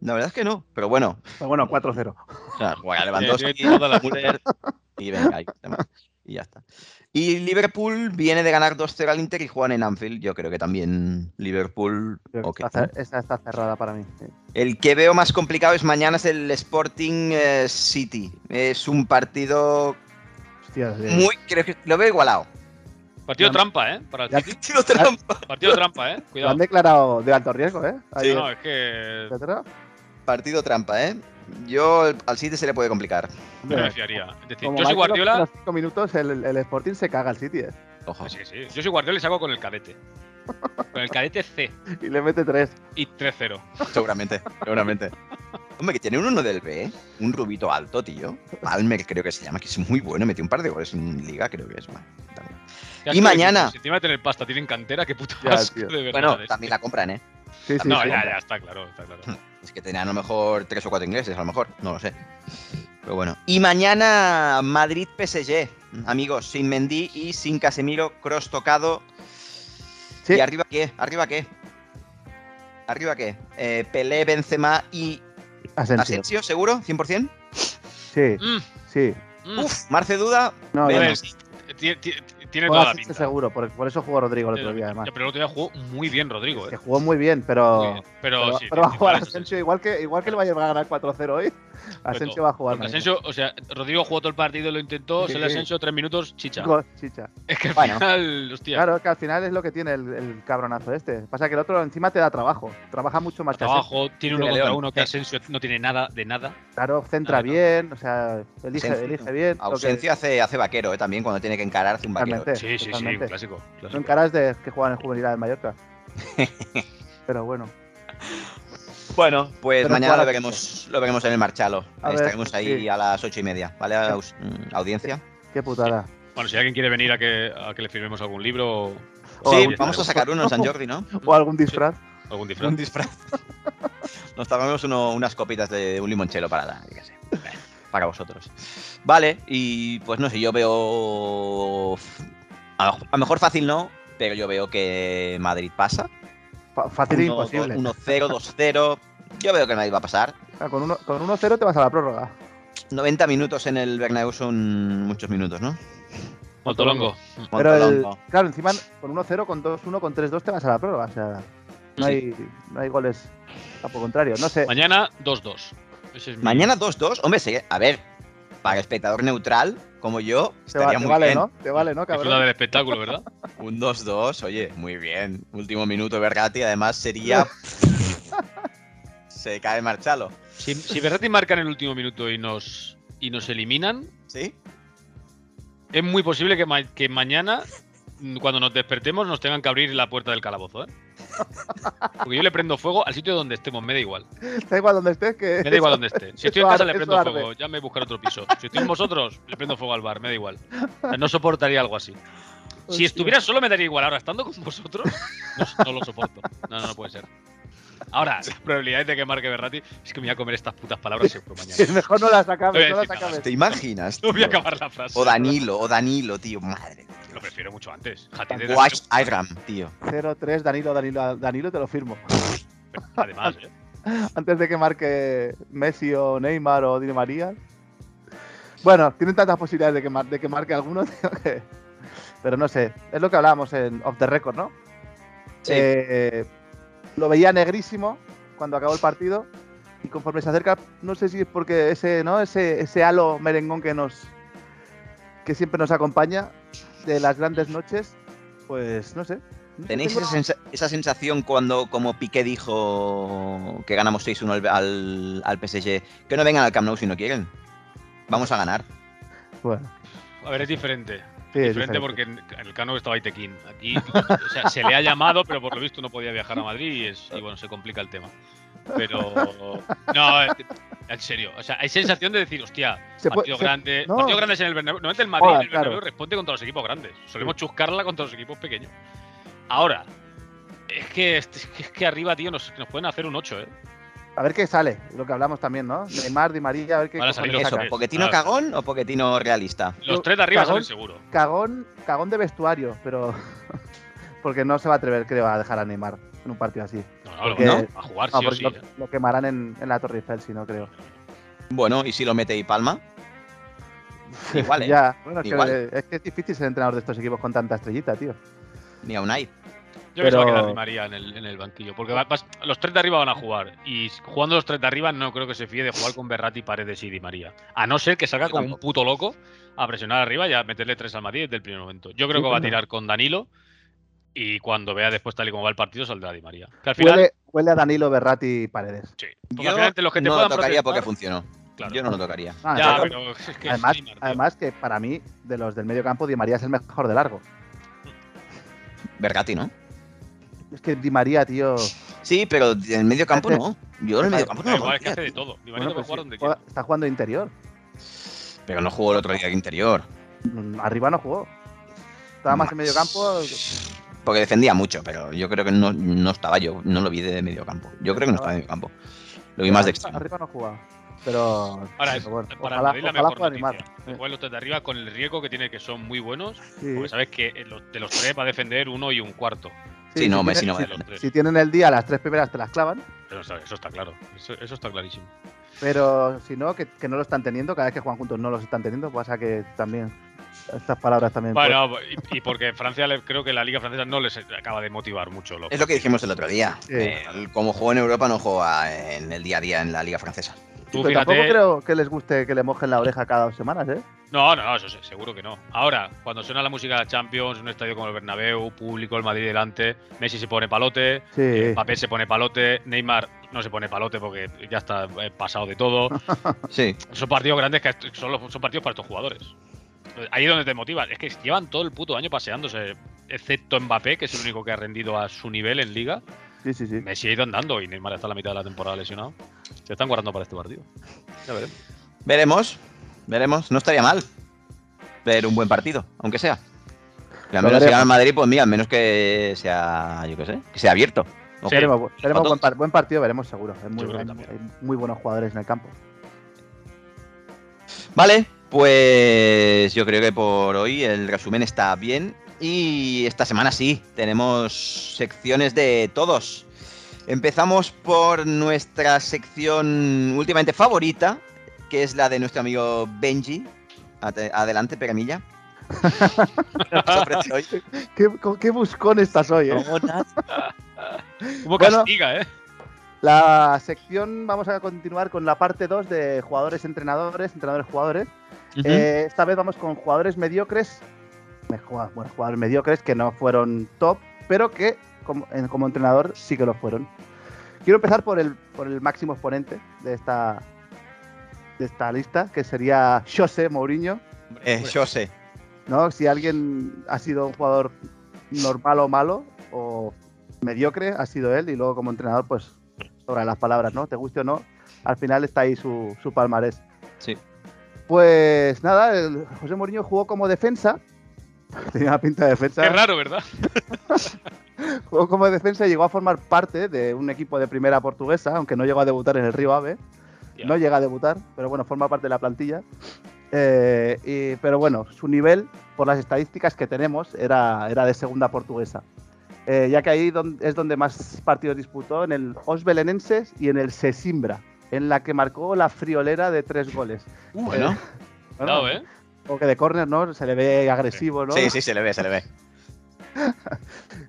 La verdad es que no, pero bueno.
Pero Bueno, 4-0.
O sea, juega
Eh,
Lewandowski,
tiene toda la-
Müller, y venga, y, demás. Y ya está. Y Liverpool viene de ganar 2-0 al Inter y juegan en Anfield. Yo creo que también Liverpool.
Creo que
ok,
está
¿no?
cer- Esa está cerrada para mí. sí.
El que veo más complicado es mañana es el Sporting eh, City. Es un partido
Hostia, sí.
muy. Creo que lo veo igualado.
Partido
Ya-
trampa, ¿eh? Para el
ya-
City.
Tiro trampa.
Partido trampa, ¿eh?
Lo
Cuidado.
han declarado de alto riesgo, ¿eh?
Sí,
Ahí,
no, es que
etcétera.
Partido trampa, ¿eh? Yo al- al City se le puede complicar.
no
Hombre,
me fiaría. Es decir,
como
yo
marque los
soy Guardiola.
primeros cinco minutos, el, el Sporting se caga al City, ¿eh?
Ojo.
Sí, sí. Yo soy Guardiola y salgo con el cadete. Con el cadete C
Y le mete tres.
y 3-0.
Seguramente, seguramente. Hombre, que tiene uno del B, ¿eh? un rubito alto, tío. Palmer creo que se llama, que es muy bueno, metió un par de goles en liga, creo que es. Bueno, también, Y
Qué asco de
mañana.
equipo. Si encima de tener pasta, tienen cantera, qué puto
Ya,
asco,
tío.
de verdad.
bueno,
¿eh?
también la compran, ¿eh?
Sí, sí,
no,
sí.
ya, ya, está claro, está claro.
Es que tenían a lo mejor tres o cuatro ingleses, a lo mejor, no lo sé. Pero bueno. Y mañana Madrid-PSG, amigos, sin Mendy y sin Casemiro, cross tocado.
Sí.
¿Y arriba qué? ¿Arriba qué? ¿Arriba qué? Eh, Pelé, Benzema y
Asensio.
Asensio, ¿seguro? ¿100%?
Sí,
Mm,
sí.
mm.
Uf, Marce Duda,
No,
A
no,
ver,
no.
Vemos.
ti- ti- tiene
Juega
toda la
Asensio
pinta.
seguro, por, por eso jugó Rodrigo el
Tiene
otro
toda
día,
la
además.
pinta. Pero el otro día jugó muy bien Rodrigo,
Que
¿eh?
jugó muy bien, pero...
Muy bien. Pero,
pero,
sí,
pero va a jugar
diferentes,
Asensio, igual que, igual que el Bayern va a ganar 4-0 hoy. Asensio va a jugar.
Porque
mañana.
Asensio, o sea, Rodrigo jugó todo el partido, lo intentó,
Sí,
se le
sí.
Asensio tres minutos, chicha.
Gol, chicha.
Es que al
Bueno.
final, hostia,
Claro, que al final es lo que tiene el, el cabronazo este. Pasa que el otro encima te da trabajo. Trabaja mucho más que Asensio.
trabajo, tiene uno
de
contra
León.
uno que Asensio no tiene nada de nada.
Claro, centra
Ah, no.
bien, o sea, elige,
Ausencia.
elige bien. lo que-
Ausencia hace, hace vaquero, ¿eh? también cuando tiene que encarar hace un vaquero.
Totalmente.
Sí, sí, sí, un
totalmente.
clásico. clásico.
Son caras de que juegan en juvenil de Mallorca. Pero bueno,
Bueno, pues
Pero
mañana lo
para-
veremos, lo veremos en el Marchalo.
A ver,
Estaremos ahí
sí.
a las ocho y media, ¿vale? Aus- mm, audiencia.
qué putada.
Bueno, si alguien quiere venir a que, a que le firmemos algún libro
O
Sí,
algún-
vamos a sacar uno en San Jordi, ¿no?
O algún disfraz.
algún disfraz.
Un disfraz. Nos tomamos uno- unas copitas de un limonchelo para la- yo qué sé, para vosotros. Vale, y pues no sé, yo veo. A lo- a lo mejor fácil no, pero yo veo que Madrid pasa.
Fa- Fácil e
Uno-
imposible.
do- 1-0, 2-0. Yo veo que nadie va a pasar.
Ah, Con 1-0 con 1-0 te vas a la prórroga.
90 minutos en el Bernabéu son muchos minutos, ¿no?
Montolongo.
Pues
Pero el-
Montolongo.
claro, encima con 1-0, con 2-1, con 3-2 te vas a la prórroga. O sea, no, hay, no hay goles campo contrario. No sé.
Mañana 2-2. Ese es mi-
Mañana 2-2. Hombre, sí, a ver, para espectador neutral como yo,
Te, va-
estaría
te
muy
vale,
bien.
¿no? Te vale, ¿no,
Disfruta
cabrón?
del espectáculo, ¿verdad?
Un 2-2, oye, muy bien. Último minuto, Bergati, además sería. Se cae Marchalo,
Si, si Berratti marca en el último minuto y nos, y nos eliminan,
¿sí?
es muy posible que, ma- que mañana, mm, cuando nos despertemos, nos tengan que abrir la puerta del calabozo, ¿eh? Porque yo le prendo fuego al sitio donde estemos, me da igual.
Da igual donde estés que.
Me da igual donde esté. Si estoy
eso
en casa,
arde,
le
eso
prendo
arde.
fuego. Ya me buscaré otro piso. Si estoy con vosotros, le prendo fuego al bar. Me da igual. O sea, No soportaría algo así. Si
Hostia.
estuviera solo, me daría igual. Ahora, estando con vosotros, no, no lo soporto. No, no, no puede ser. Ahora, las probabilidades de que marque Berrati es que me voy a comer estas putas palabras siempre mañana.
Mejor no las
No voy a
acabes, no las
decir nada.
acabes.
¿Te imaginas?
No voy a
tío?
acabar la frase.
O Danilo, o Danilo, tío, madre. de
Lo
Dios.
prefiero mucho antes. Jatide
O Ash Iram, tío.
0-3, Danilo, Danilo, Danilo, te lo firmo.
Además, ¿eh?
Antes de que marque Messi o Neymar o Di María. Bueno, tienen tantas posibilidades de que, mar- de que marque alguno, tío, que- pero no sé. Es lo que hablábamos en Off the Record, ¿no?
Sí.
Eh, lo veía negrísimo cuando acabó el partido y conforme se acerca, no sé si es porque ese, ¿no? ese, ese halo merengón que nos que siempre nos acompaña de las grandes noches, pues no sé. No sé,
¿Tenéis
tengo-
esa, sensa- esa sensación cuando, como Piqué dijo que ganamos 6-1 al, al- al PSG, que no vengan al Camp Nou si no quieren? Vamos a ganar.
Bueno,
A ver, es diferente.
sí, es
diferente
diferente.
porque en, en el Cano estaba Itequín. Aquí o sea, se le ha llamado, pero por lo visto no podía viajar a Madrid y, es- y bueno, se complica el tema. Pero. No, eh, en serio. O sea, hay sensación de decir, hostia,
Se puede-
partido
se-
grande.
no.
Partido grande es en el Bernabéu. No es del Madrid,
Joder,
el Bernabéu
claro.
responde contra los equipos grandes. Solemos chuscarla contra los equipos pequeños. Ahora, es que, es que, es que arriba, tío, nos, nos pueden hacer un 8, ¿eh?
A ver qué sale, lo que hablamos también, ¿no? Neymar, Di María, a ver qué
Van a salir
cojones
los
Eso,
saca.
tres.
¿Poquetino
Ah.
cagón o Poquetino realista?
Los
Yo-
tres de arriba
Cagón.
salen seguro.
Cagón, cagón de vestuario, pero porque no se va a atrever, creo, a dejar a Neymar en un partido así.
No, no, lo
Porque-
van a jugar,
Ah, pues No,
sí o
porque
sí.
lo,
¿eh?
lo quemarán en, en la Torre Eiffel, si no creo.
Bueno, ¿y si lo mete y palma? Igual, ¿eh?
Ya, bueno, es
Igual.
que, es que es difícil ser entrenador de estos equipos con tanta estrellita, tío.
Ni a Unai.
Yo pensaba que
Pero-
era Di María en el, en el banquillo, porque va- vas- los tres de arriba van a jugar. Y jugando los tres de arriba, no creo que se fíe de jugar con Berratti, Paredes y Di María. A no ser que salga
Yo
como un
tampoco.
puto loco a presionar arriba y a meterle tres al Madrid desde el primer momento. Yo creo
Sí,
que va a
coño.
tirar con Danilo. Y cuando vea después tal y como va el partido, saldrá Di María. Que al final,
Huele, huele a Danilo Berratti y Paredes.
sí. Porque al
Yo
final, entre los que te
no lo
puedan
tocaría porque
protestar-
funcionó.
claro.
Yo no lo tocaría.
Ah,
Ya,
claro.
pero es que es
además,
Neymar, tío.
además que para mí, de los del medio campo, Di María es el mejor de largo.
Bergati, ¿no?
Es que Di María, tío.
Sí, pero del medio campo
Hace-
no. Yo del medio campo no
Da
lo
igual, es que
pondría,
hace de
tío.
todo. Di María
bueno,
puede
pues
jugar
sí,
donde
juega-
quiera.
está jugando de interior.
Pero no jugó el otro día de interior.
Mm, Arriba no jugó. Estaba más en medio campo.
Porque defendía mucho, pero yo creo que no, no estaba yo. No lo vi de medio campo. Yo creo que no estaba de medio campo. Lo vi más de
arriba,
extremo.
arriba no jugaba. Pero.
Ahora,
pero
es,
bueno,
para
ojalá-
Madrid la
ojalá
mejor
pueda
noticia.
animar.
Juegan los tres de arriba con el riesgo que tiene que son muy buenos.
Sí,
Porque sabes que eh, los- de los tres va a defender uno y un cuarto.
Sí, no,
si
Messi
tiene-
no va a
de
defender.
los tres.
si, si tienen el día, las tres primeras te las clavan.
Pero eso, eso está claro. Eso, eso está clarísimo.
Pero si no, que, que no lo están teniendo. Cada vez que juegan juntos no los están teniendo. Pasa que también. Estas palabras también. pues,
Bueno, y, y porque Francia le- creo que la Liga Francesa no les acaba de motivar mucho. Lo,
Es lo que dijimos el otro día.
Sí.
El- como juega en Europa, no juega en el día a día en la Liga Francesa.
Tú
Pero
fíjate.
tampoco creo que les guste que le mojen la oreja cada dos semanas, ¿eh?
No, no, no, eso se- seguro que no. Ahora, cuando suena la música de la Champions, un estadio como el Bernabéu, público, el Madrid delante, Messi se pone palote,
Sí.
Papé se pone palote, Neymar no se pone palote porque ya está eh, pasado de todo.
Sí.
Son partidos grandes que est- son, los- son partidos para estos jugadores. Ahí es donde te motivan. Es que llevan todo el puto año paseándose, excepto Mbappé, que es el único que ha rendido a su nivel en Liga.
Sí, sí, sí.
Messi ha ido andando y Neymar está a la mitad de la temporada lesionado. Se están guardando para este partido. Ya veremos.
Veremos. Veremos. No estaría mal ver un buen partido, aunque sea. Y al
Lo
menos si
veremos.
gana el Madrid, pues mira, al menos que sea, yo qué sé, que sea abierto.
Sí.
Tenemos, bu- tenemos
Pato.
buen, par- buen partido, veremos seguro. Es muy,
Yo creo que
hay-
también.
hay muy buenos jugadores en el campo.
Vale, pues yo creo que por hoy el resumen está bien. Y esta semana sí, tenemos secciones de todos. Empezamos por nuestra sección últimamente favorita, que es la de nuestro amigo Benji. Ate- Adelante, Peramilla.
¿Qué, co- qué buscón estás hoy, eh?
Como
Bueno.
castiga, ¿eh?
La sección, vamos a continuar con la parte 2 de jugadores-entrenadores, entrenadores-jugadores. Eh, esta vez vamos con jugadores mediocres, mejor- bueno, jugadores mediocres que no fueron top, pero que como, en- como entrenador sí que lo fueron. Quiero empezar por el, por el máximo exponente de esta, de esta lista, que sería José Mourinho.
Eh, José.
¿no? Si alguien ha sido un jugador normal o malo o mediocre, ha sido él y luego como entrenador, pues sobre las palabras, ¿no? Te guste o no, al final está ahí su, su palmarés.
Sí.
Pues nada, el José Mourinho jugó como defensa. Tenía una pinta de defensa.
Es raro, ¿verdad?
Jugó como defensa y llegó a formar parte de un equipo de primera portuguesa, aunque no llegó a debutar en el Río Ave.
Ya.
No llega a debutar, pero bueno, forma parte de la plantilla. Eh, y- pero bueno, su nivel, por las estadísticas que tenemos, era, era de segunda portuguesa. Eh, ya que ahí don- es donde más partidos disputó, en el Os Belenenses y en el Sesimbra, en la que marcó la friolera de tres goles.
Bueno.
Bueno,
Cuidado, ¿eh?
Como que de córner, ¿no? Se le ve agresivo, ¿no?
Sí, sí, se le ve, se le ve.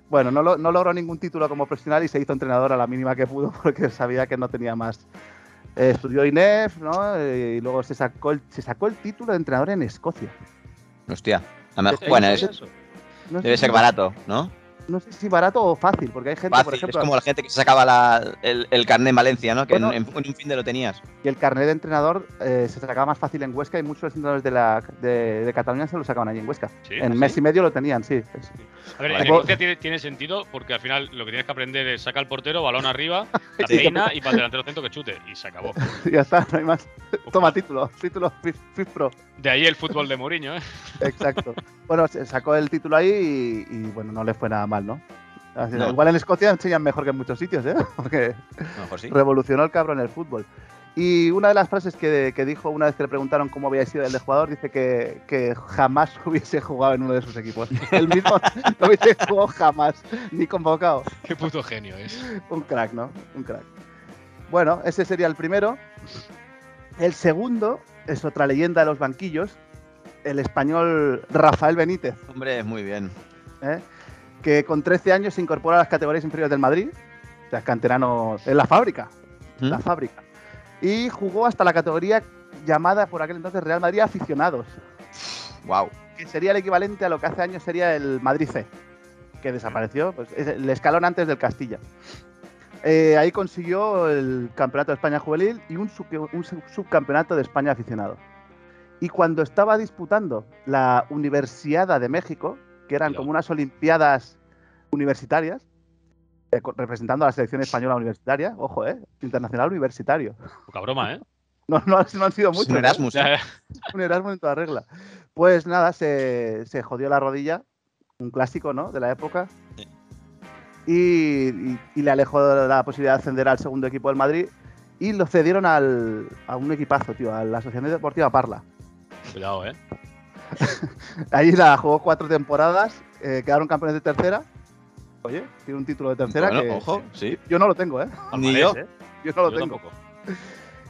Bueno, no, lo- no logró ningún título como profesional y se hizo entrenador a la mínima que pudo porque sabía que no tenía más. Eh, estudió INEF, ¿no? Eh, y luego se sacó, el, se sacó el título de entrenador en Escocia.
Hostia. A lo mejor-
Sí,
bueno,
sí,
es-
sí. No sé
debe
si
ser barato, ¿no?
No sé si barato o fácil, porque hay gente, por
Fácil. Es
ejemplo,
como la gente que se sacaba la- el, el carnet en Valencia, ¿no? Que en-
Bueno.
en, en un fin de lo tenías.
y el carnet de entrenador eh, se sacaba más fácil en Huesca y muchos entrenadores de, la, de, de Cataluña se lo sacaban allí en Huesca.
Sí.
en mes y medio lo tenían, sí.
A ver, en
Vale.
Escocia tiene, tiene sentido porque al final lo que tienes que aprender es sacar el portero, balón arriba, la peina y para el delantero centro que chute. Y se acabó.
ya está, no hay más. Toma título, título FIFPRO.
De ahí el fútbol de Mourinho, ¿eh?
Exacto. bueno, se sacó el título ahí y, y, bueno, no le fue nada mal, ¿no? Así-
No.
Igual en Escocia enseñan mejor que en muchos sitios, ¿eh? Porque
A lo mejor sí.
revolucionó el cabrón el fútbol. Y una de las frases que, que dijo una vez que le preguntaron cómo había sido el de jugador, dice que, que jamás hubiese jugado en uno de sus equipos. El mismo no hubiese jugado jamás, ni convocado.
Qué puto genio es.
Un crack, ¿no? Un crack. Bueno, ese sería el primero. El segundo es otra leyenda de los banquillos, el español Rafael Benítez.
Hombre, muy bien.
¿eh? que con 13 años se incorpora a las categorías inferiores del Madrid, o sea, es canterano en la fábrica,
¿Mm?
la fábrica, y jugó hasta la categoría llamada por aquel entonces Real Madrid Aficionados,
Wow.
que sería el equivalente a lo que hace años sería el Madrid C, que desapareció, pues, es el escalón antes del Castilla. Eh, ahí consiguió el Campeonato de España Juvenil y un, sub- un sub- subcampeonato de España Aficionado. Y cuando estaba disputando la Universiada de México, que eran
Ya.
como unas Olimpiadas universitarias, eh, co- representando a la selección española universitaria, ojo, eh, internacional universitario.
Poca broma, ¿eh?
No, no, no han sido muchos.
Un
¿eh?
Erasmus. ¿eh?
un Erasmus en toda regla. Pues nada, se, se jodió la rodilla, un clásico, ¿no? De la época.
Sí.
Y, y- y le alejó de la posibilidad de ascender al segundo equipo del Madrid y lo cedieron al, a un equipazo, tío, a la Asociación Deportiva Parla.
Cuidado, ¿eh?
Allí la jugó cuatro temporadas, eh, quedaron campeones de tercera. Oye, tiene un título de tercera
Bueno,
que
ojo, sí.
yo no lo tengo, ¿eh?
Ni
Palmarés,
yo.
¿eh?
Yo no lo
Yo
tengo.
tampoco.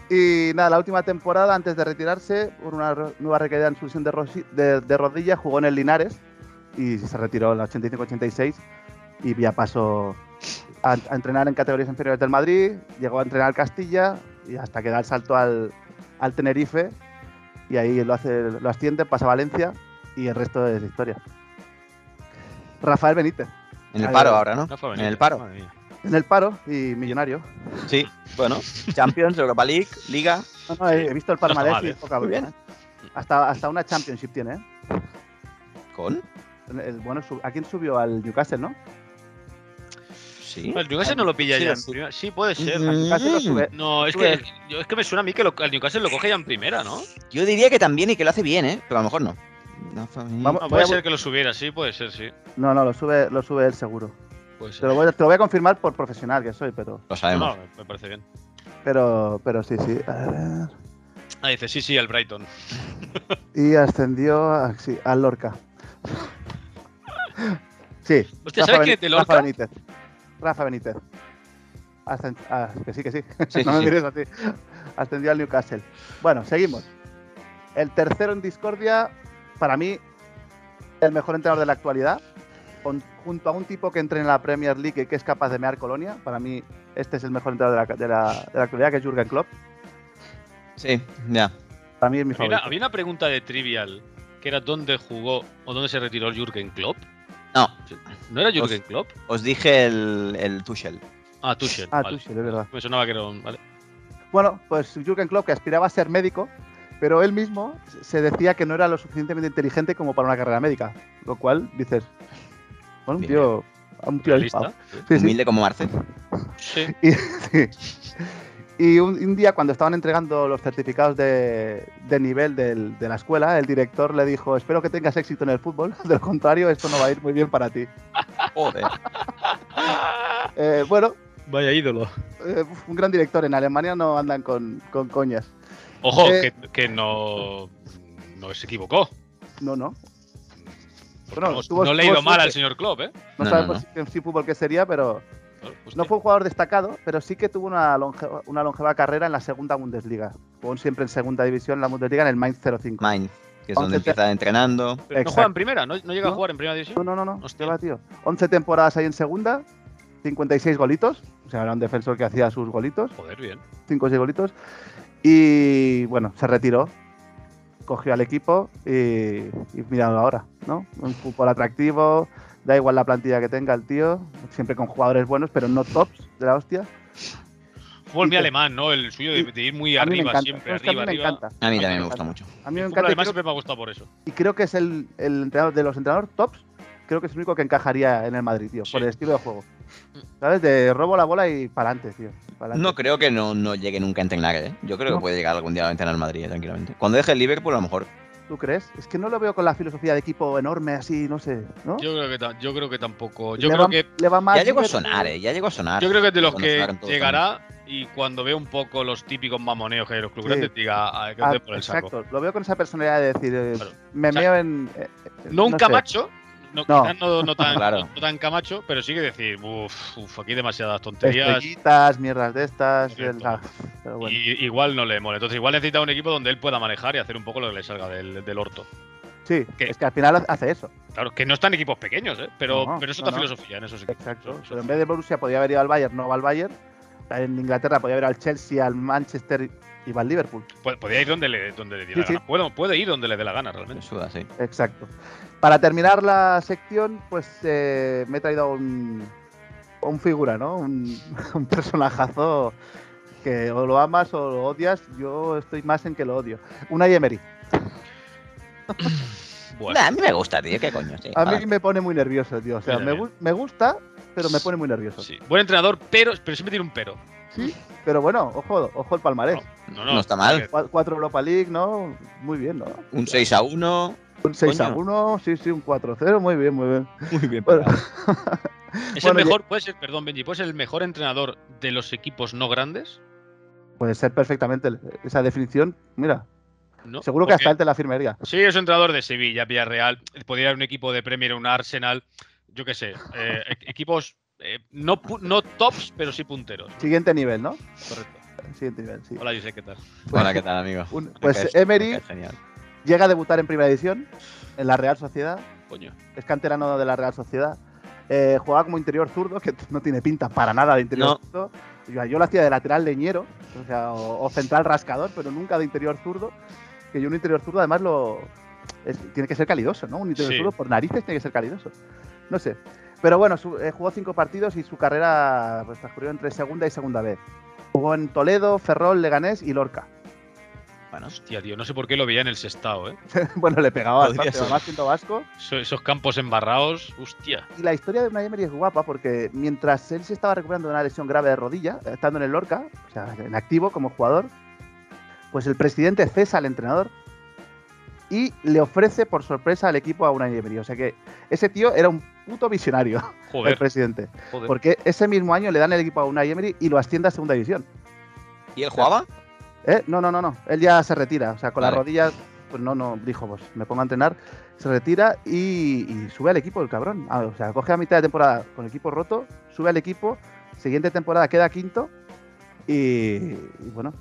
Y nada, la última temporada, antes de retirarse, por una ro- nueva recaída en su lesión de, rosi- de, de rodilla, jugó en el Linares y se retiró en la 85-86 y ya pasó a, a entrenar en categorías inferiores del Madrid, llegó a entrenar al Castilla y hasta que da el salto al, al Tenerife y ahí lo, hace, lo asciende, pasa a Valencia y el resto es historia. Rafael Benítez,
En el
Ahí
paro
va.
ahora, ¿no?
No fue
En
Benítez,
el paro.
madre mía.
en el paro y millonario.
Sí. Bueno, Champions, Europa League, Liga.
No, no, he he visto el
No está
palmarés
mal,
y
¿eh?
poca
Muy
broma, ¿eh? Hasta, hasta una Championship tiene, ¿eh?
¿Con?
El- bueno, su- ¿a quién subió al Newcastle, no?
Sí.
El Newcastle no lo pilla
Sí,
ya. en
sí.
primera. Sí, puede ser.
Mm.
Newcastle lo sube.
No, es que, yo- es que me suena a mí que lo- el Newcastle lo coge ya en primera, ¿no?
Yo diría que también y que lo hace bien, ¿eh? Pero a lo mejor no.
Vamos.
No,
Voy a
puede
bu-
ser que lo subiera, sí, puede ser, sí.
No, no, lo sube, lo sube él seguro.
Pues,
Te lo, voy a, te lo voy a confirmar por profesional que soy, pero,
Lo
no,
sabemos.
no, me parece bien.
pero, pero sí, sí. A ver.
Ah, dice, sí, sí, el Brighton.
Y ascendió a, sí, al Lorca. sí.
Hostia, ¿sabes
Beni-
que de Lorca?
Rafa Benítez. Rafa Benítez. Ascen- ah, que sí, que sí.
Sí, sí,
no me
sí.
mires así. Ascendió al Newcastle. Bueno, seguimos. El tercero en discordia, para mí, el mejor entrenador de la actualidad. con- junto a un tipo que entrena en la Premier League y que es capaz de mear colonia, para mí este es el mejor entrenador de la, de la- de la actualidad, que es Jürgen Klopp.
Sí, ya.
Para mí es mi
Había una,
favorito.
había una pregunta de Trivial, que era dónde jugó o dónde se retiró Jürgen Klopp.
No,
¿No
Pues
era Jürgen Klopp?
os dije el, el Tuchel.
Ah, Tuchel.
Ah,
vale.
Tuchel, es verdad.
Me sonaba que era un... Vale.
Bueno, pues Jürgen Klopp, que aspiraba a ser médico, pero él mismo se decía que no era lo suficientemente inteligente como para una carrera médica. Lo cual dices, bueno, un
Bien,
tío. Un tío ahí,
Realista.
ah, sí, sí.
Humilde como Marcel.
Sí.
Y, sí. Y un, un día, cuando estaban entregando los certificados de, de nivel del- de la escuela, el director le dijo: Espero que tengas éxito en el fútbol, de lo contrario, esto no va a ir muy bien para ti.
Joder.
Eh, bueno,
Vaya ídolo.
eh, uf, un gran director. En Alemania no andan con, con coñas.
Ojo,
Eh,
que, que no, no se equivocó.
No, no.
Porque
Bueno,
no,
tuvo-
no le ha
tuvo
ido mal
suerte.
al señor Klopp, ¿eh? pues
No,
No,
no,
sabemos si- si fútbol qué sería, pero
Pues
Hostia.
No fue un jugador destacado, pero sí que tuvo una longeva, una longeva carrera en la segunda Bundesliga. Jugó siempre en segunda división en la Bundesliga en el Mainz 05.
Mainz, que es donde
Once
empieza entrenando.
Pero no
Exacto.
juega en primera, no, no llega a
No.
jugar en primera
No,
división.
no, no, no.
Hostia.
¿Qué va, tío? 11 temporadas ahí en segunda, 56 golitos. O sea, era un defensor que hacía sus golitos,
Joder, bien.
5 o 6 golitos. Y bueno, se retiró, cogió al equipo y, y mirado ahora, ¿no? Un fútbol atractivo, da igual la plantilla que tenga el tío, siempre con jugadores buenos, pero no tops de la hostia.
Fútbol muy
Y-
alemán, ¿no? El suyo de,
y-
de ir muy
A mí me
arriba
encanta.
siempre,
No, es que a mí
arriba,
me
arriba.
encanta.
A mí
Ay,
también
me
me gusta mucho.
A mí me
El fútbol
encanta. y
alemán
creo-
siempre me ha gustado por eso.
Y creo que es el, el entrenador de los entrenadores tops, creo que es el único que encajaría en el Madrid, tío,
Sí.
por el estilo de juego.
Mm.
¿Sabes? De robo la bola y para adelante, tío. pa'lante.
No creo que no, no llegue nunca a entrenar, ¿eh? Yo creo
No.
que puede llegar algún día a entrenar Madrid, eh, tranquilamente. Cuando deje el Liverpool, a lo mejor.
¿Tú crees? Es que no lo veo con la filosofía de equipo enorme, así, no sé, ¿no?
Yo creo que, ta- yo creo que tampoco. Yo
le
creo
va,
que
le va mal.
ya llegó a
Liverpool.
sonar, ¿eh? Ya llegó a sonar.
Yo creo que es de los
Cuando
que
sonaron todos
llegará y cuando ve un poco los típicos mamoneos que hay en los clubes
Sí.
grandes, diga "Ah, que
Ah,
te por el saco.
exacto, lo veo con esa personalidad de decir, eh,
Claro.
me
O sea,
meo en. eh, eh,
No un
sé.
camacho, no,
No.
quizás no, no tan,
Claro.
no, tan camacho, pero sí que decir, uff, aquí
Este
demasiadas tonterías.
Estrellitas, mierdas de estas.
Correcto.
del- ah, pero bueno.
Y igual no le mola. Entonces, igual necesita un equipo donde él pueda manejar y hacer un poco lo que le salga del, del orto.
sí,
¿Qué?
es que al final hace eso.
Claro, que no están equipos pequeños, ¿eh? pero,
No,
pero es
no,
otra
no.
filosofía en esos equipos.
Exacto.
Eso-
Pero en vez de Borussia podía haber ido al Bayern, no va al Bayern. En Inglaterra podía haber al Chelsea, al Manchester y va al Liverpool.
Pu- Podría ir donde le, donde le dé la
Sí, sí.
gana. Puede, puede ir donde le dé la gana,
Me
realmente.
suda, sí.
Exacto. Para terminar la sección, pues eh, me he traído un, un figura, ¿no? Un, un personajazo que o lo amas o lo odias. Yo estoy más en que lo odio. Una Emery.
Bueno,
Nah, a mí me gusta, tío. ¿Qué coño? Sí,
A mí
adelante.
me pone muy nervioso, tío. O sea,
Mira,
me,
bien.
gu- me gusta, pero me pone muy nervioso.
sí. Buen entrenador, pero, pero siempre tiene un pero.
Pero bueno, ojo, ojo el palmarés.
No, no,
No está mal.
porque-
Cua- Cuatro Europa League, ¿no? Muy bien, ¿no?
Un 6 a 1.
Un 6 a
Coño.
1, sí, sí, un 4-0, muy bien, muy bien. pues,
Muy bien.
Bueno,
Es
Bueno,
el mejor, puede ser, perdón, Benji, puede ser el mejor entrenador de los equipos no grandes,
puede ser perfectamente esa definición. Mira,
¿no?
seguro que
Porque
hasta él te la firmaría.
Sí, es un entrenador de Sevilla, Villarreal, podría ir a un equipo de Premier, un Arsenal, yo qué sé, eh, e- equipos eh, no, pu- no tops, pero sí punteros.
Siguiente nivel, ¿no?
Correcto.
Siguiente nivel, sí.
Hola, José, ¿qué tal?
Hola, ¿qué tal, amigo?
Un-
Me
pues
caes- me
Emery
caes Genial.
llega a debutar en primera edición, en la Real Sociedad,
Coño.
es canterano de la Real Sociedad. Eh, jugaba como interior zurdo, que no tiene pinta para nada de interior
No.
zurdo. Yo, yo lo hacía de lateral leñero, o, sea, o, o central rascador, pero nunca de interior zurdo. Que yo un interior zurdo además lo es- tiene que ser calidoso, ¿no? Un interior
Sí.
zurdo por narices tiene que ser calidoso. No sé. Pero bueno, su- eh, jugó cinco partidos y su carrera pues, transcurrió entre segunda y segunda vez. Jugó en Toledo, Ferrol, Leganés y Lorca.
Bueno,
Hostia, tío, no sé por qué lo veía en el sextado, ¿eh?
bueno, le pegaba
Podría
bastante,
ser.
además siendo vasco.
Eso- esos campos embarrados, hostia.
Y la historia de Unai Emery es guapa porque mientras él se estaba recuperando de una lesión grave de rodilla, eh, estando en el Lorca, o sea, en activo como jugador, pues el presidente cesa al entrenador y le ofrece por sorpresa al equipo a Unai Emery. O sea que ese tío era un, puto visionario el
Joder,
presidente.
joder.
Porque ese mismo año le dan el equipo a Unai Emery y lo asciende a segunda división.
¿Y él jugaba?
¿Eh? No, no, no, no. Él ya se retira. O sea, con las
Vale.
rodillas, pues no, no, dijo, pues me pongo a entrenar. Se retira y, y sube al equipo el cabrón. Ah, o sea, coge a mitad de temporada con el equipo roto, sube al equipo, siguiente temporada queda quinto y, y bueno,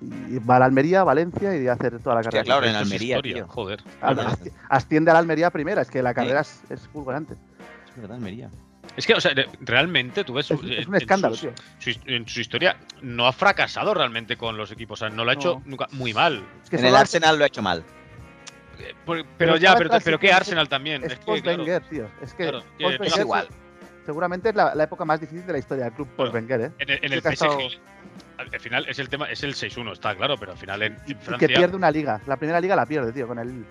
y va a la Almería, a Valencia y a hacer toda la
Hostia,
carrera.
claro, en
Esto es
Almería,
historia,
tío.
Joder.
Al-
claro.
asci- Asciende a la Almería primera, es que la carrera es, es fulgurante.
Es verdad, Almería.
Es que, o sea, re- realmente tú ves.
Es, un-
eh,
es un
en
escándalo,
sus-
tío.
su his- en su historia no ha fracasado realmente con los equipos. O sea, no lo ha
No.
hecho nunca muy mal.
Es que
En el
solo
Arsenal lo ha hecho mal.
Eh, por- Pero,
Pero
ya,
estaba
pero,
casi
pero que
con-
Arsenal también.
Es ¿eh?
Es que,
Paul
claro,
Wenger, tío. Es que
claro, que
Paul
no
es
Wenger
igual.
seguramente es la, la época más difícil de la historia del club Paul Wenger, ¿eh?
en, el- en
Creo
el
que ha
PSG.
estado-
Al al final es el tema, es el 6-1, está claro, pero al final en, en
Y
Francia.
que pierde una liga. La primera liga la pierde, tío, con el Lille.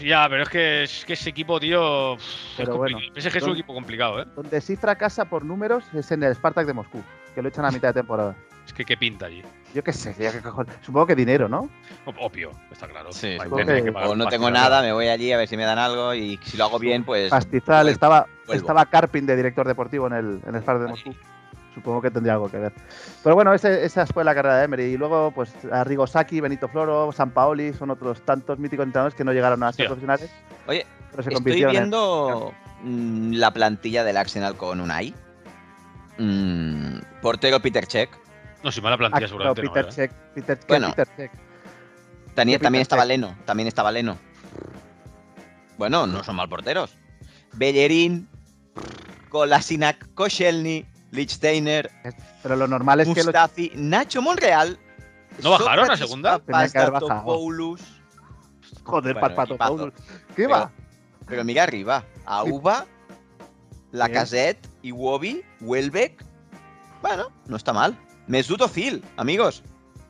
Ya, pero es que, es que ese equipo, tío. uf,
Pero
es
bueno.
complicado. El PSG es un
Son-
equipo complicado, ¿eh?
Donde sí fracasa por números es en el Spartak de Moscú, que lo echan a mitad de temporada.
Es que qué pinta allí.
Yo qué sé, tío, qué cojones. Supongo que dinero, ¿no?
Ob- Obvio, está claro.
pues,
Sí,
Va a
supongo
tener
que-
que pagar
O Pues no
un
tengo
pastizal.
nada, me voy allí a ver si me dan algo y si lo hago bien, pues.
Pastizal,
vuelvo.
estaba,
Vuelvo.
estaba Carpin de director deportivo en el, en el Spartak de Moscú. Supongo que tendría algo que ver. Pero bueno, ese- esa fue la carrera de Emery. Y luego, pues, a Rigosaki, Benito Floro, San Paoli, son otros tantos míticos entrenadores que no llegaron a ser
Hostia.
profesionales.
Oye,
pero se
Estoy
convirtieron en-
viendo mm, la plantilla del Arsenal con Unai. Mm, portero Peter Cech.
No, si mala
Ah,
plantilla,
claro,
seguramente.
Peter
no, ¿eh?
Cech, Peter, que
Bueno.
Peter Cech.
También,
Peter
también estaba
Cech.
Leno. También estaba Leno. Bueno, no son mal porteros. Bellerín, Kolasinac, Koscielny, Lichtsteiner,
Pero lo normal es que los
Mustafi, Nacho Monreal.
¿No bajaron a
Sócrates,
segunda?
Tenía que haber bajado.
Papastatopoulos.
Joder,
Bueno,
Pat- Pato
equipazo.
Paulus. ¿Qué va?
Pero mira arriba. A
Sí.
Uva, La
Bien.
Casette, Iwobi, Welbeck. Bueno, no está mal. Mesut Özil, amigos.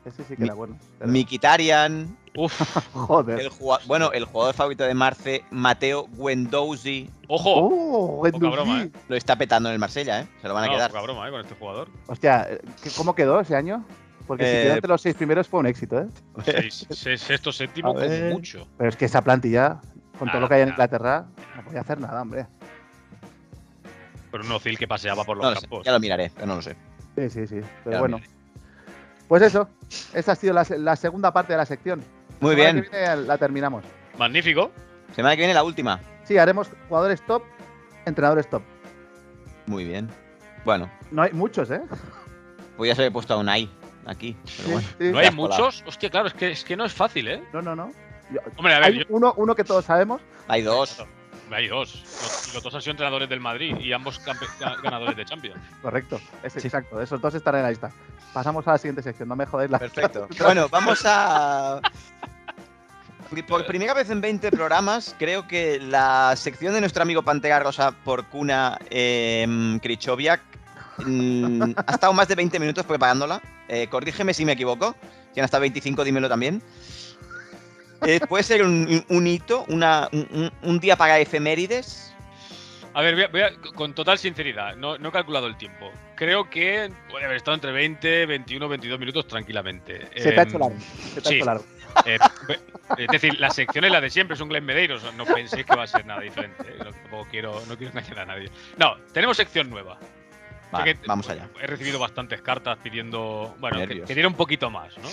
Ese sí que
Mi-
era bueno. Pero-
Mikitarian,
Uf,
Joder.
el jugua- bueno, el jugador favorito de Marce, Mateo Guendouzi,
ojo.
¡Oh!
Poca broma,
Guendouzi.
lo está petando en el Marsella, ¿eh? Se lo van a
No,
quedar.
poca broma, ¿eh? Con este jugador.
Hostia, ¿qué- ¿cómo quedó ese año? Porque si
Eh,
quedó entre los seis primeros fue un éxito, ¿eh?
Seis- seis- sexto,
A
séptimo, como
ver.
mucho.
Pero es que esa plantilla, con
Ah,
todo
Nada,
lo que hay en
nada.
Inglaterra, no podía hacer nada, hombre.
Pero un Ozil que paseaba por los
No lo sé,
campos.
ya lo miraré, pero no lo sé.
Sí, sí, sí. Pero
Ya,
bueno. Pues eso. Esa ha sido la, se- la segunda parte de la sección.
Muy
Semana
bien,
que viene la terminamos.
Magnífico.
semana que viene la última.
Sí, haremos jugadores top, entrenadores top.
Muy bien. Bueno,
No hay muchos, ¿eh?
pues ya se le he puesto a Unai aquí. Pero
Sí,
bueno.
sí.
No hay
has colado.
muchos. Hostia, claro, es que, es que no es fácil, ¿eh?
No, no, no. Yo-
Hombre, a ver,
hay
yo,
uno, uno que todos sabemos.
Hay dos.
hay dos. Los, los dos han sido entrenadores del Madrid y ambos campe- ga- ganadores de Champions.
Correcto, es
Sí.
exacto. Esos dos están en la lista. Pasamos a la siguiente sección, no me jodáis la.
Perfecto. Bueno, vamos a. Por primera vez en 20 programas, creo que la sección de nuestro amigo Pantera Rosa por Cuna eh, Krichoviak mm, ha estado más de 20 minutos preparándola. Eh, corrígeme si me equivoco. Si han hasta 25, dímelo también. Eh, puede ser un, un hito, una- un- un- un día para efemérides.
A ver, voy a- voy a- con total sinceridad, no, no he calculado el tiempo. Creo que puede haber estado entre 20, 21, 22 minutos tranquilamente.
Se te ha
Em,
hecho largo. Se te ha
sí.
hecho largo.
Eh, pe- es decir, la sección es la de siempre, es un Glenn Medeiros. No penséis que va a ser nada diferente. ¿eh? No, tampoco quiero, no quiero engañar a nadie. No, tenemos sección nueva.
Vale,
Sé que-
vamos allá.
He recibido bastantes cartas pidiendo. Bueno, que,
Nervios.
que diera un poquito más, ¿no? Eh,